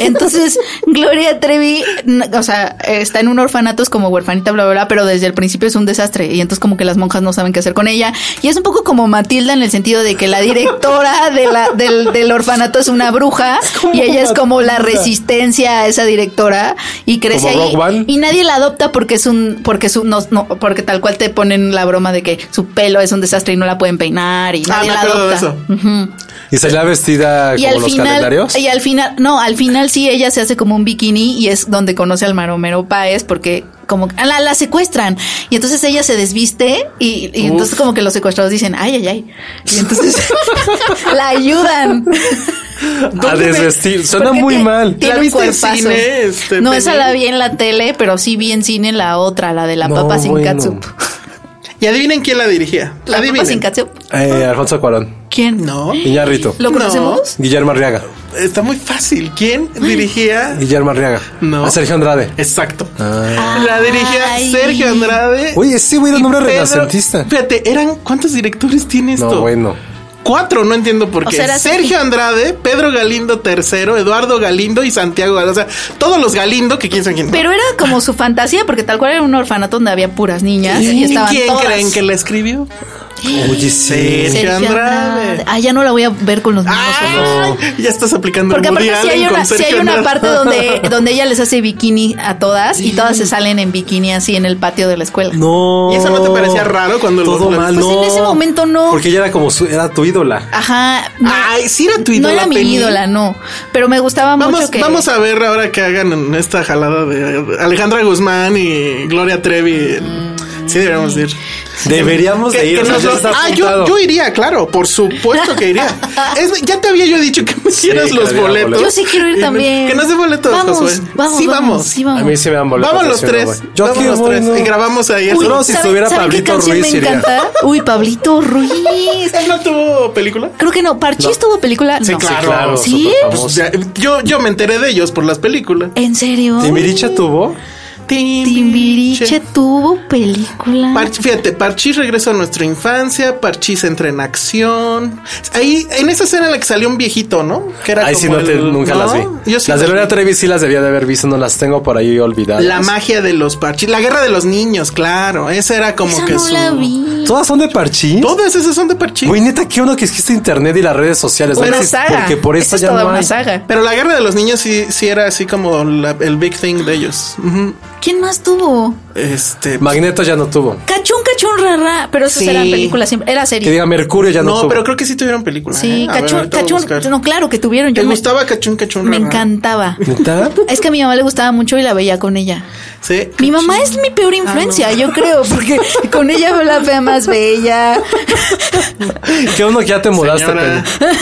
Speaker 6: entonces Gloria Trevi, n- o sea, está en un orfanato es como huerfanita, bla, bla, bla, pero desde el principio es un desastre. Y entonces como que las monjas no saben qué hacer con ella. Y es un poco como Matilda en el sentido de que la directora de la, del, del orfanato es una bruja
Speaker 7: como
Speaker 6: y ella es como la
Speaker 7: Matilda.
Speaker 6: resistencia a esa directora y crece
Speaker 7: Como Rock
Speaker 6: ahí.
Speaker 7: Band.
Speaker 6: Y nadie la adopta porque es un, porque es un, no, no, porque tal cual te ponen la broma de que su pelo es un desastre y no la pueden peinar y
Speaker 5: Ah,
Speaker 6: nadie
Speaker 5: me
Speaker 6: la
Speaker 5: acuerdo de
Speaker 6: adopta.
Speaker 5: eso.
Speaker 6: Ujú.
Speaker 7: Y salía vestida
Speaker 6: Y
Speaker 7: como
Speaker 6: al
Speaker 7: los
Speaker 6: final,
Speaker 7: calendarios.
Speaker 6: y al final, no, al final sí ella se hace como un bikini y es donde conoce al Maromero Páez porque como ah, la, la secuestran y entonces ella se desviste y, y entonces como que los secuestrados dicen ay ay ay y entonces la ayudan
Speaker 7: A desvestir. Suena
Speaker 6: Porque
Speaker 7: muy
Speaker 6: tie-
Speaker 7: mal.
Speaker 6: tiene
Speaker 5: ¿La
Speaker 6: un
Speaker 5: viste en
Speaker 6: cuerpazo.
Speaker 5: cine, este,
Speaker 6: no esa
Speaker 5: Penny?
Speaker 6: la vi en la tele pero sí vi en cine la otra la de la
Speaker 7: No,
Speaker 6: papa sin
Speaker 7: bueno.
Speaker 6: catsup
Speaker 5: Y adivinen quién la dirigía.
Speaker 6: la papa
Speaker 5: adivinen.
Speaker 6: sin catsup
Speaker 7: Eh, Alfonso Cuarón.
Speaker 6: quién
Speaker 5: No.
Speaker 7: Iñarrito.
Speaker 6: lo
Speaker 5: No.
Speaker 6: conocemos
Speaker 7: Guillermo Arriaga.
Speaker 5: Está muy fácil. ¿Quién dirigía?
Speaker 7: Guillermo Arriaga.
Speaker 5: No.
Speaker 7: A Sergio Andrade.
Speaker 5: Exacto. La dirigía
Speaker 6: Ay.
Speaker 5: Sergio Andrade.
Speaker 7: Ah. Oye, sí, güey, era un
Speaker 5: y
Speaker 7: nombre
Speaker 5: Pedro-
Speaker 7: renacentista.
Speaker 5: Fíjate, eran cuántos directores tiene esto?
Speaker 7: No, bueno.
Speaker 5: Cuatro, no entiendo por
Speaker 6: O
Speaker 5: qué.
Speaker 6: sea, era
Speaker 5: Sergio
Speaker 6: Sergio.
Speaker 5: Andrade, Pedro Galindo III, Eduardo Galindo y Santiago Galindo. O sea, todos los Galindo que quién sabe quién.
Speaker 6: pero era como su fantasía porque tal cual era un orfanato donde había puras niñas y,
Speaker 5: ¿Y
Speaker 6: estaban
Speaker 5: quién
Speaker 6: todas.
Speaker 5: creen que la escribió?
Speaker 7: Oye, sí.
Speaker 5: Sergio Andrade.
Speaker 6: Ah, ya no la voy a ver con los mismos ojos.
Speaker 5: Ah, ya estás aplicando
Speaker 6: Porque
Speaker 5: el
Speaker 6: aparte
Speaker 5: Woody
Speaker 6: sí hay
Speaker 5: Allen
Speaker 6: una,
Speaker 5: con
Speaker 6: sí hay
Speaker 5: Sergio
Speaker 6: una
Speaker 5: Andrade.
Speaker 6: parte donde, donde ella les hace bikini a todas y todas se salen en bikini así en el patio de la escuela.
Speaker 7: No.
Speaker 5: ¿Y eso no te parecía raro cuando lo-
Speaker 7: Todo
Speaker 5: lo-
Speaker 7: mal,
Speaker 6: Pues
Speaker 7: no.
Speaker 6: en ese momento no.
Speaker 7: Porque ella era como su, era tu
Speaker 5: Ah,
Speaker 7: ídola.
Speaker 6: Ajá. no-
Speaker 5: Ay, sí era tu
Speaker 6: No
Speaker 5: ídola,
Speaker 6: era mi
Speaker 5: Penny.
Speaker 6: ídola, no. Pero me gustaba
Speaker 5: Vamos,
Speaker 6: mucho que.
Speaker 5: vamos a ver ahora que hagan esta jalada de Alejandra Guzmán y Gloria Trevi. Sí, deberíamos de ir.
Speaker 7: Deberíamos
Speaker 5: Que-
Speaker 7: de ir.
Speaker 5: que
Speaker 7: o sea,
Speaker 5: nos
Speaker 7: ya
Speaker 5: lo-
Speaker 7: está
Speaker 5: ah,
Speaker 7: apuntado.
Speaker 5: yo, yo iría, claro, por supuesto que iría. Es- ya te había yo dicho que me hicieras
Speaker 7: que
Speaker 5: los
Speaker 7: había
Speaker 5: boletos.
Speaker 7: boletos.
Speaker 6: Yo sí quiero ir
Speaker 5: Y me-
Speaker 6: también.
Speaker 5: Que no se boletos,
Speaker 6: vamos,
Speaker 5: Josué.
Speaker 6: Vamos,
Speaker 5: sí, vamos.
Speaker 6: Sí, vamos.
Speaker 7: A mí sí me dan boletos.
Speaker 5: Vamos los
Speaker 7: sí, no
Speaker 5: tres.
Speaker 7: voy. Yo
Speaker 5: vamos
Speaker 7: quiero
Speaker 5: los tres.
Speaker 7: no.
Speaker 5: Y grabamos ahí. el-
Speaker 6: Uy,
Speaker 7: Solo si
Speaker 6: ¿sabe-
Speaker 7: estuviera
Speaker 6: ¿sabe qué
Speaker 7: Pablito
Speaker 6: canción
Speaker 7: Ruiz
Speaker 6: me
Speaker 7: iría.
Speaker 6: encanta? Uy, Pablito Ruiz.
Speaker 5: ¿Él no tuvo película?
Speaker 6: Creo que no. ¿Parchís tuvo película?
Speaker 5: Sí,
Speaker 6: no.
Speaker 5: claro.
Speaker 7: Claro,
Speaker 6: ¿Sí?
Speaker 7: súper
Speaker 5: O
Speaker 7: famoso.
Speaker 5: sea, yo, yo me enteré de ellos por las películas.
Speaker 6: ¿En serio?
Speaker 7: Timbiriche tuvo.
Speaker 6: Timbiriche tuvo película.
Speaker 5: Parch- fíjate, Parchís regresó a nuestra infancia, Parchís entra en acción. Ahí, en esa escena en la que salió un viejito, ¿no? Que era
Speaker 7: Ahí
Speaker 5: como
Speaker 7: sí no
Speaker 5: el-
Speaker 7: te- nunca
Speaker 5: ¿no?
Speaker 7: las vi.
Speaker 5: Yo sí
Speaker 7: las de Gloria
Speaker 5: vi.
Speaker 7: Trevi sí las debía de haber visto, no las tengo por ahí olvidadas.
Speaker 5: La magia de los Parchís, la guerra de los niños, claro. Esa era como
Speaker 6: Esa
Speaker 5: que
Speaker 6: no
Speaker 5: su-
Speaker 6: la vi.
Speaker 7: Todas son de Parchís.
Speaker 5: Todas esas son de Parchís.
Speaker 7: Güey, neta, qué uno que existe internet y las redes sociales.
Speaker 6: Una
Speaker 7: ¿no? Existe-
Speaker 6: saga.
Speaker 7: Porque por
Speaker 6: Esa
Speaker 7: eso
Speaker 6: es
Speaker 7: ya
Speaker 6: toda
Speaker 7: no
Speaker 6: una
Speaker 7: hay.
Speaker 6: saga.
Speaker 5: Pero la guerra de los niños sí, sí era así como la- el big thing de ellos. Ujú.
Speaker 6: ¿Quién más tuvo?
Speaker 5: Este.
Speaker 7: Magneto ya no tuvo.
Speaker 6: Cachún, cachún, rara. Pero esas
Speaker 5: Sí.
Speaker 6: eran películas siempre. Era
Speaker 7: Que
Speaker 6: serie.
Speaker 7: diga Mercurio ya no,
Speaker 5: no,
Speaker 7: tuvo.
Speaker 5: pero creo que sí tuvieron películas.
Speaker 6: Sí,
Speaker 5: ¿eh? A ver,
Speaker 6: cachún,
Speaker 5: ahorita voy a
Speaker 6: cachún.
Speaker 5: buscar.
Speaker 6: No, claro que tuvieron.
Speaker 5: ¿Te
Speaker 6: me-
Speaker 5: gustaba cachún, cachún?
Speaker 6: Me
Speaker 5: rara?
Speaker 6: encantaba.
Speaker 7: ¿Neta?
Speaker 6: Es que a mi mamá le gustaba mucho y la veía con ella.
Speaker 5: Sí.
Speaker 6: Mi mamá es mi
Speaker 5: Ah,
Speaker 6: peor influencia, yo creo, porque con ella fue la fea más bella.
Speaker 7: Que uno que ya te mudaste,
Speaker 5: Señora.
Speaker 7: Penny.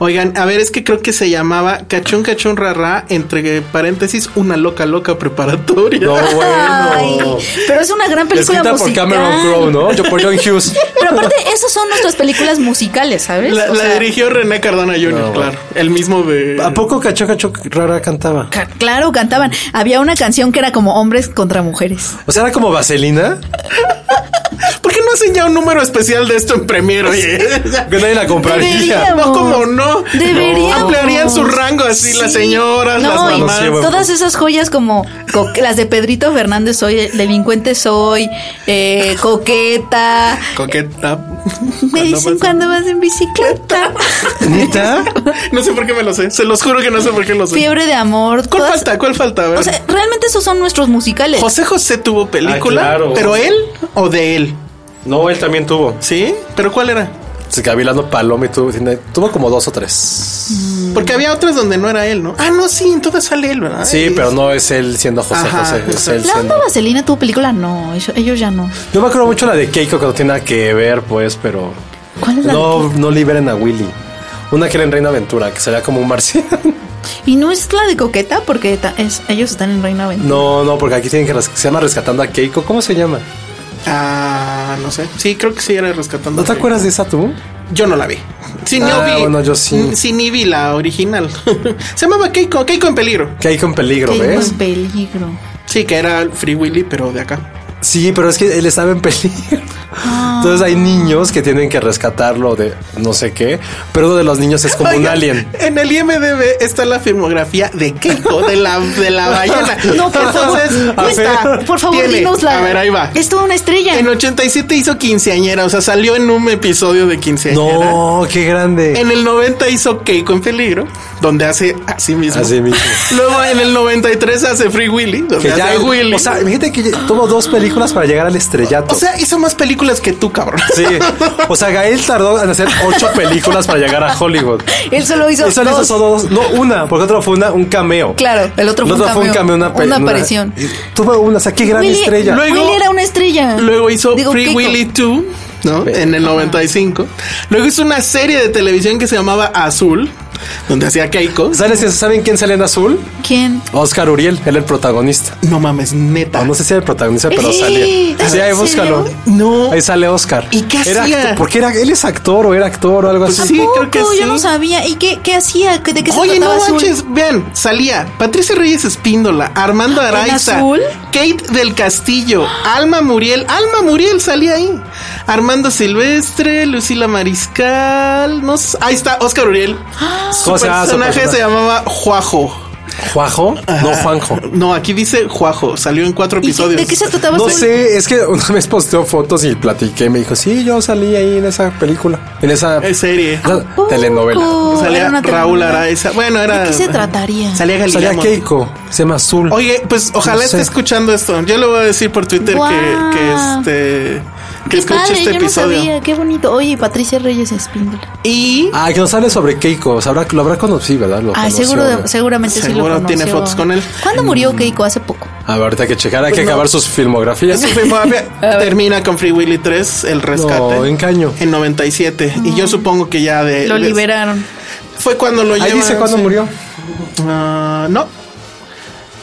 Speaker 5: Oigan, a ver, es que creo que se llamaba Cachún Cachún Rarra, entre paréntesis, una loca loca preparatoria.
Speaker 7: No,
Speaker 6: Ay,
Speaker 7: bueno.
Speaker 6: pero es una gran película
Speaker 7: Escrita por
Speaker 6: musical.
Speaker 7: Cameron Crowe, ¿no? Yo por John Hughes.
Speaker 6: Pero aparte, esas son nuestras películas musicales, ¿sabes?
Speaker 5: La,
Speaker 6: O
Speaker 5: la
Speaker 6: sea,
Speaker 5: dirigió René Cardona Jr., claro. El mismo de.
Speaker 7: ¿A poco Cacho Cacho Rara cantaba?
Speaker 6: ca- Claro, cantaban. Había una canción que era como hombres contra mujeres.
Speaker 7: O sea, era como Vaselina.
Speaker 5: ¿Por qué no hacen ya un número especial de esto en Premiere, oye?
Speaker 7: Que nadie la compraría.
Speaker 6: Debería.
Speaker 5: No, como no.
Speaker 6: Deberíamos.
Speaker 5: Ampliarían su rango así las señoras,
Speaker 6: No,
Speaker 5: las
Speaker 6: y
Speaker 5: mamás.
Speaker 7: Sí, bueno.
Speaker 6: todas esas joyas como co- las de Pedrito Fernández soy, delincuente soy, eh, coqueta.
Speaker 5: Coqueta.
Speaker 6: Me dicen cuando vas en bicicleta.
Speaker 7: ¿Neta?
Speaker 5: No sé por qué me lo sé. Se los juro que no sé por qué lo sé.
Speaker 6: Fiebre de amor.
Speaker 5: ¿Cuál
Speaker 6: todas-
Speaker 5: falta? ¿Cuál falta? A ver.
Speaker 6: O sea, realmente esos son nuestros musicales.
Speaker 5: José José tuvo película,
Speaker 7: Ah, claro.
Speaker 5: pero él o de él,
Speaker 7: No, él también tuvo.
Speaker 5: ¿sí? ¿Pero cuál era?
Speaker 7: Sí, Gavilano Paloma y tuvo, tiene- tuvo como dos o tres.
Speaker 5: Porque había otras donde no era él, ¿no? Ah, no, sí, entonces sale él, ¿verdad?
Speaker 7: Sí,
Speaker 5: Es-
Speaker 7: pero no es él siendo José
Speaker 5: Ajá,
Speaker 7: José. Es
Speaker 5: exacto.
Speaker 7: él
Speaker 6: La
Speaker 7: siendo-
Speaker 6: onda vaselina tuvo película, no, ellos, ellos ya no.
Speaker 7: Yo me acuerdo mucho la de Keiko que no tiene nada que ver, pues, pero.
Speaker 6: ¿Cuál es la
Speaker 7: No, no liberen a Willy. Una que era en Reina Aventura, que sería como un marciano.
Speaker 6: Y no es la de coqueta porque ta- es- ellos están en Reino Aventura.
Speaker 7: No, no, porque aquí tienen que res- se llama Rescatando a Keiko. ¿Cómo se llama?
Speaker 5: Ah, no sé. Sí, creo que sí era rescatando.
Speaker 7: ¿No te
Speaker 5: a Keiko.
Speaker 7: acuerdas de esa tú?
Speaker 5: Yo no la vi. Sí, no
Speaker 7: Ah,
Speaker 5: vi. Mm,
Speaker 7: bueno, yo sí.
Speaker 5: Sí, ni vi la original. Se llamaba Keiko, Keiko en peligro.
Speaker 7: Keiko en peligro,
Speaker 6: Qué
Speaker 7: ¿ves?
Speaker 6: buen peligro.
Speaker 5: Sí, que era Free Willy, pero de acá.
Speaker 7: Sí, pero es que él estaba en peligro.
Speaker 6: Ah.
Speaker 7: Entonces hay niños que tienen que rescatarlo de no sé qué, pero uno de los niños es como un
Speaker 5: Oigan,
Speaker 7: alien.
Speaker 5: En el IMDB está la filmografía de Keiko, de la, de la ballena.
Speaker 6: No, por favor,
Speaker 5: Entonces,
Speaker 6: cuenta,
Speaker 5: está,
Speaker 6: por favor,
Speaker 5: tiene-
Speaker 6: dinosla.
Speaker 5: A ver, ahí va.
Speaker 6: Es toda una estrella.
Speaker 5: En 87 hizo quinceañera, o sea, salió en un episodio de quinceañera.
Speaker 7: No, qué grande.
Speaker 5: En el 90 hizo Keiko en peligro. donde hace a sí mismo.
Speaker 7: Así mismo.
Speaker 5: Luego en el 93 hace Free Willy, donde
Speaker 7: Que
Speaker 5: hace
Speaker 7: ya,
Speaker 5: a Willy.
Speaker 7: o sea, imagínate que tuvo dos películas para llegar al estrellato.
Speaker 5: O sea, hizo más películas que tú, cabrón.
Speaker 7: sí. O sea, Gael tardó en hacer ocho películas para llegar a Hollywood.
Speaker 6: Él solo hizo
Speaker 7: Eso le hizo
Speaker 6: dos.
Speaker 7: solo dos, no una, porque otra fue una, un cameo.
Speaker 6: Claro, el otro
Speaker 7: El
Speaker 6: fue un
Speaker 7: otro fue un cameo,
Speaker 6: cameo,
Speaker 7: una, pe-
Speaker 6: una aparición.
Speaker 7: Tuvo una, o sea, qué gran
Speaker 6: Willy,
Speaker 7: estrella.
Speaker 5: Luego-
Speaker 6: Willy era una estrella.
Speaker 5: Luego hizo
Speaker 6: Digo,
Speaker 5: Free
Speaker 6: Keiko.
Speaker 5: Willy 2, ¿no?
Speaker 7: Pero-
Speaker 5: En el 95. Luego hizo una serie de televisión que se llamaba Azul, donde hacía Keiko.
Speaker 7: ¿Sabes quién- ¿Saben quién sale en azul?
Speaker 6: ¿Quién?
Speaker 7: Oscar Uriel, él el protagonista.
Speaker 5: No mames, neta.
Speaker 7: O no sé si era el protagonista, pero
Speaker 6: Eh,
Speaker 7: salía. Sí,
Speaker 6: ¿en
Speaker 7: ahí
Speaker 6: serio?
Speaker 7: búscalo.
Speaker 5: No.
Speaker 7: Ahí sale Oscar.
Speaker 5: ¿Y qué
Speaker 7: Era
Speaker 5: hacía?
Speaker 7: actor- Porque era, él es actor o era actor o algo
Speaker 5: Pues
Speaker 7: así.
Speaker 5: sí,
Speaker 6: Poco,
Speaker 5: creo que sí.
Speaker 6: yo no sabía. ¿Y qué, qué hacía? ¿De qué se
Speaker 5: Oye, no
Speaker 6: trataba Azul?
Speaker 5: manches, vean, salía Patricia Reyes Espíndola, Armando Araiza,
Speaker 6: azul?
Speaker 5: Kate del Castillo, Alma Muriel, Alma Muriel salía ahí, Armando Silvestre, Lucila Mariscal, no sé, ahí está Oscar Uriel.
Speaker 6: Ah,
Speaker 5: Su
Speaker 6: pues,
Speaker 7: ¿Cómo se llama su
Speaker 5: personaje se
Speaker 7: personaje?
Speaker 5: llamaba Juajo.
Speaker 7: ¿Juajo? No, Juanjo.
Speaker 5: No, aquí dice Juajo, salió en cuatro
Speaker 6: ¿Y qué-
Speaker 5: episodios.
Speaker 6: ¿De qué se trataba
Speaker 7: No
Speaker 6: Azul?
Speaker 7: sé, es que una vez posteó fotos y platiqué. Me dijo, sí, yo salí ahí en esa película, en esa
Speaker 5: Es serie.
Speaker 7: esa
Speaker 6: Oh, Poco.
Speaker 7: telenovela.
Speaker 5: Salía
Speaker 6: Era una
Speaker 5: Raúl
Speaker 6: telenovela.
Speaker 5: Araiza. Bueno, era.
Speaker 6: ¿De qué se trataría?
Speaker 5: Salía Galilea
Speaker 7: Salía
Speaker 5: Montijo.
Speaker 7: Keiko, se llama Azul.
Speaker 5: Oye, pues ojalá
Speaker 7: No sé.
Speaker 5: esté escuchando esto. Yo le voy a decir por Twitter
Speaker 6: Guau.
Speaker 5: que, que este que
Speaker 6: Qué
Speaker 5: escuche
Speaker 6: padre,
Speaker 5: este
Speaker 6: yo
Speaker 5: episodio.
Speaker 6: no sabía. Qué bonito. Oye, Patricia Reyes Espíndola.
Speaker 5: Y
Speaker 7: Ah, que nos sale sobre Keiko. ¿Sabrá, lo habrá conocido, sí, ¿verdad? Lo
Speaker 6: Ah,
Speaker 7: conoció, Mm.
Speaker 6: seguro,
Speaker 7: ¿verdad?
Speaker 6: seguramente sí lo
Speaker 5: Seguro tiene
Speaker 6: conoció.
Speaker 5: fotos con él.
Speaker 6: ¿Cuándo murió Keiko? Hace poco.
Speaker 7: A ver, ahorita hay que checar, hay que
Speaker 5: Pues no.
Speaker 7: acabar sus filmografías.
Speaker 5: su filmografía termina con Free Willy 3, El Rescate.
Speaker 7: No, en caño.
Speaker 5: En 97. Y yo supongo que ya de.
Speaker 6: Mm. Lo
Speaker 5: de-
Speaker 6: liberaron.
Speaker 5: Fue cuando lo
Speaker 7: Ahí
Speaker 5: llevaron,
Speaker 7: dice cuándo
Speaker 5: sí.
Speaker 7: murió.
Speaker 5: Ah, no.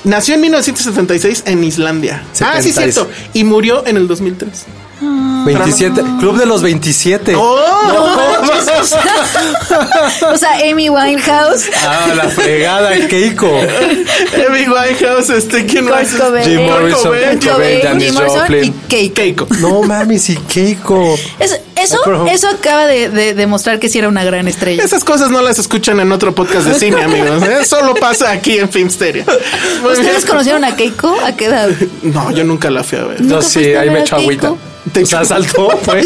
Speaker 5: Nació en 1976 en Islandia. Ah, sí,
Speaker 7: 76.
Speaker 5: cierto. Y murió en el 2003.
Speaker 7: 27.
Speaker 5: Ah.
Speaker 7: Club de los 27.
Speaker 5: ¡Oh!
Speaker 6: O sea, Amy Winehouse,
Speaker 7: Ah, la fregada, Keiko.
Speaker 5: Amy Winehouse, este, ¿quién
Speaker 6: Kurt
Speaker 5: más? es?
Speaker 6: Cobain.
Speaker 7: Jim
Speaker 6: Kurt
Speaker 7: Morrison,
Speaker 5: Cobain,
Speaker 7: Kurt Cobain,
Speaker 6: Cobain,
Speaker 7: Janis
Speaker 6: Jim Morrison y
Speaker 7: Joplin.
Speaker 6: Keiko.
Speaker 5: Keiko.
Speaker 7: No mames, sí, Keiko.
Speaker 6: Eso, eso,
Speaker 7: Pero-
Speaker 6: eso acaba de, de demostrar que sí era una gran estrella.
Speaker 5: Esas cosas no las escuchan en otro podcast de cine, amigos. ¿eh? Solo pasa aquí en Filmsteria. Muy
Speaker 6: ¿Ustedes
Speaker 5: bien.
Speaker 6: conocieron a Keiko? ¿A qué edad?
Speaker 5: No, yo nunca la fui a ver.
Speaker 7: No,
Speaker 6: ¿Nunca
Speaker 7: sí,
Speaker 6: fuiste a
Speaker 7: ahí
Speaker 6: ver
Speaker 7: me
Speaker 6: a
Speaker 7: echó agüita.
Speaker 6: Keiko?
Speaker 7: O sea, saltó, pues.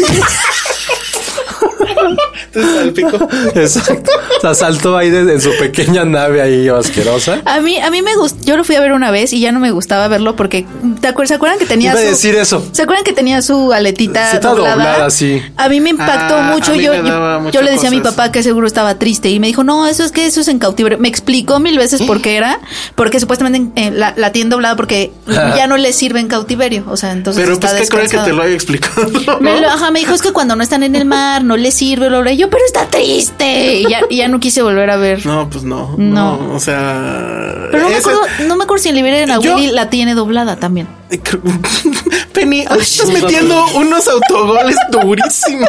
Speaker 5: Te salpicó.
Speaker 7: Exacto. O sea, saltó ahí de- en su pequeña nave ahí asquerosa.
Speaker 6: A mí, a mí me gustó. Yo lo fui a ver una vez y ya no me gustaba verlo porque. ¿te acuer- ¿Se acuerdan que tenía
Speaker 7: Iba a
Speaker 6: su-
Speaker 7: decir eso.
Speaker 6: ¿Se acuerdan que tenía su aletita
Speaker 7: Sí, está
Speaker 6: doblada?
Speaker 7: doblada, sí.
Speaker 6: A mí me impactó
Speaker 5: Ah,
Speaker 6: mucho.
Speaker 5: a mí
Speaker 6: Yo,
Speaker 5: me
Speaker 6: yo-
Speaker 5: daba
Speaker 6: yo
Speaker 5: mucha
Speaker 6: le decía a mi
Speaker 5: cosa
Speaker 6: papá que seguro estaba triste y me dijo, no, eso es que eso es en cautiverio. Me explicó mil veces por qué era, porque supuestamente eh, la, la tienen doblada porque ya no le sirve en cautiverio. O sea, entonces
Speaker 5: Pero
Speaker 6: está
Speaker 5: pues qué cruel que
Speaker 6: descansada.
Speaker 5: te lo haya explicado. ¿no?
Speaker 6: Me lo- ajá, me dijo, es que cuando no están en el mar no le sirve, lo yo, pero está triste. Y ya, y ya no quise volver a ver.
Speaker 5: No, pues no. No,
Speaker 6: No.
Speaker 5: o sea.
Speaker 6: pero no me,
Speaker 5: ese-
Speaker 6: acuerdo, no me acuerdo si en Liberen a
Speaker 5: Yo-
Speaker 6: Willy la tiene doblada también.
Speaker 5: Penny, ahorita estás metiendo unos autogoles durísimo.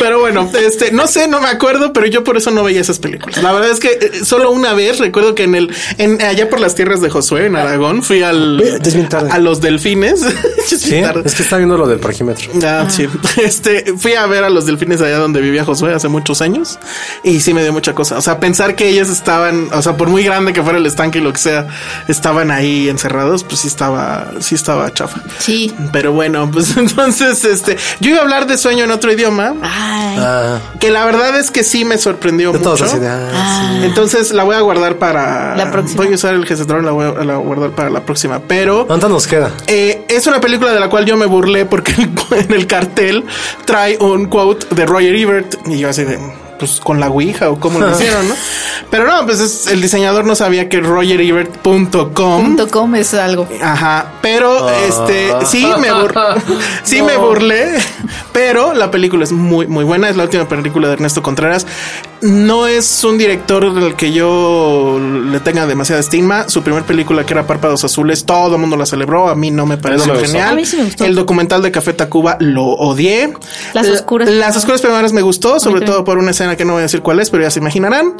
Speaker 5: Pero bueno, este, no sé, no me acuerdo, pero yo por eso no veía esas películas. La verdad es que eh, solo una vez recuerdo que en el, en allá por las tierras de Josué, en Aragón, fui al,
Speaker 7: Ve, ya es bien tarde.
Speaker 5: a los delfines. Ya es
Speaker 7: Sí,
Speaker 5: bien tarde.
Speaker 7: es que está viendo lo del parquímetro.
Speaker 5: Ah, sí. Este, fui a ver a los delfines allá donde vivía Josué hace muchos años y sí me dio mucha cosa. O sea, pensar que ellos estaban, o sea, por muy grande que fuera el estanque y lo que sea, estaban ahí encerrados, pues sí estaba, sí estaba chafa.
Speaker 6: Sí.
Speaker 5: Pero bueno, pues entonces, este, yo iba a hablar de sueño en otro idioma,
Speaker 6: Ay.
Speaker 7: Ah,
Speaker 5: que la verdad es que sí me sorprendió
Speaker 7: de ah. todas
Speaker 5: mucho.
Speaker 7: las
Speaker 6: Ah.
Speaker 7: ideas.
Speaker 5: Entonces la voy a guardar para
Speaker 6: La próxima.
Speaker 5: Voy a usar el Gesetron, la voy a, la voy a guardar para la próxima. Pero
Speaker 7: ¿Cuánta nos queda?
Speaker 5: eh, es una película de la cual yo me burlé porque en el cartel trae un quote de Roger Ebert y yo así de pues con la Ouija o cómo lo hicieron, ¿no? Pero no, pues es- el diseñador no sabía que rogerebert.com
Speaker 6: Punto com es algo.
Speaker 5: Ajá, pero este sí me bur- sí me burlé, pero la película es muy muy buena, es la última película de Ernesto Contreras. No es un director del que yo le tenga demasiada estima. Su primer película que era Párpados Azules, todo el mundo la celebró, a mí no me pareció
Speaker 7: me gustó.
Speaker 5: genial.
Speaker 6: A mí sí me gustó.
Speaker 5: El documental de Café Tacuba lo odié.
Speaker 6: Las
Speaker 5: La-
Speaker 6: Oscuras.
Speaker 5: Las Oscuras Primaveras me gustó, sobre
Speaker 6: también.
Speaker 5: todo por una escena que no voy a decir cuál es, pero ya se imaginarán.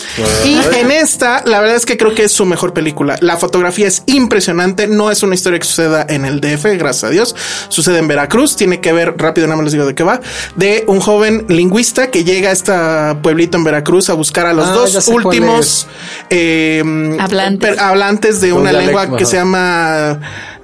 Speaker 5: Y en esta, la verdad es que creo que es su mejor película. La fotografía es impresionante. No es una historia que suceda en el DF, gracias a Dios. Sucede en Veracruz. Tiene que ver, rápido, nada más les digo de qué va, de un joven lingüista que llega a este pueblito en Veracruz a buscar a los
Speaker 7: Ah, ya
Speaker 5: dos
Speaker 7: sé cuál
Speaker 5: últimos eh,
Speaker 6: Hablantes.
Speaker 5: per- hablantes de
Speaker 7: Un
Speaker 5: una
Speaker 7: dialecto,
Speaker 5: lengua que
Speaker 7: ajá.
Speaker 5: se llama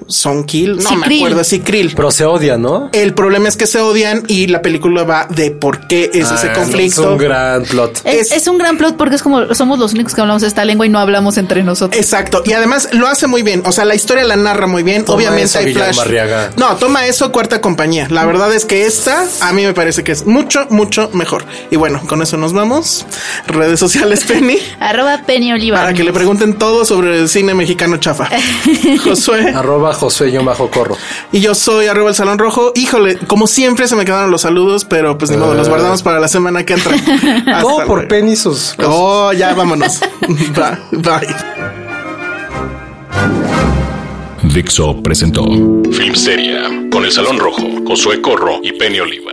Speaker 5: Son Kill, no
Speaker 6: Sí,
Speaker 5: me
Speaker 6: Krill.
Speaker 5: acuerdo, sí, Krill.
Speaker 7: Pero se odia, ¿no?
Speaker 5: El problema es que se odian y la película va de por qué
Speaker 7: Ah,
Speaker 5: es ese
Speaker 7: Es
Speaker 5: conflicto.
Speaker 7: un gran plot.
Speaker 6: Es,
Speaker 5: Es-
Speaker 6: es un gran plot porque es como somos los únicos que hablamos esta lengua y no hablamos entre nosotros.
Speaker 5: Exacto, y además lo hace muy bien, o sea, la historia la narra muy bien,
Speaker 7: Toma
Speaker 5: obviamente
Speaker 7: eso,
Speaker 5: hay
Speaker 7: Guillermo
Speaker 5: flash.
Speaker 7: Arriaga.
Speaker 5: No, toma eso, cuarta compañía. La verdad es que esta a mí me parece que es mucho, mucho mejor. Y bueno, con eso nos vamos. Redes sociales, Penny,
Speaker 6: Arroba Penny Oliva.
Speaker 5: Eh, para que le pregunten todo sobre el cine mexicano chafa. Josué.
Speaker 7: Arroba Josué yo bajo corro.
Speaker 5: Y yo soy arroba el salón rojo. Híjole, como siempre se me quedaron los saludos, pero pues ni modo, los guardamos para la semana que entra. Hasta
Speaker 7: Todo Ah. por
Speaker 5: luego.
Speaker 7: Penny sus.
Speaker 5: Oh, ya vámonos. Bye. Bye.
Speaker 3: Dixo presentó Filmsteria con el Salón Rojo, Josué Corro y Penny Oliva.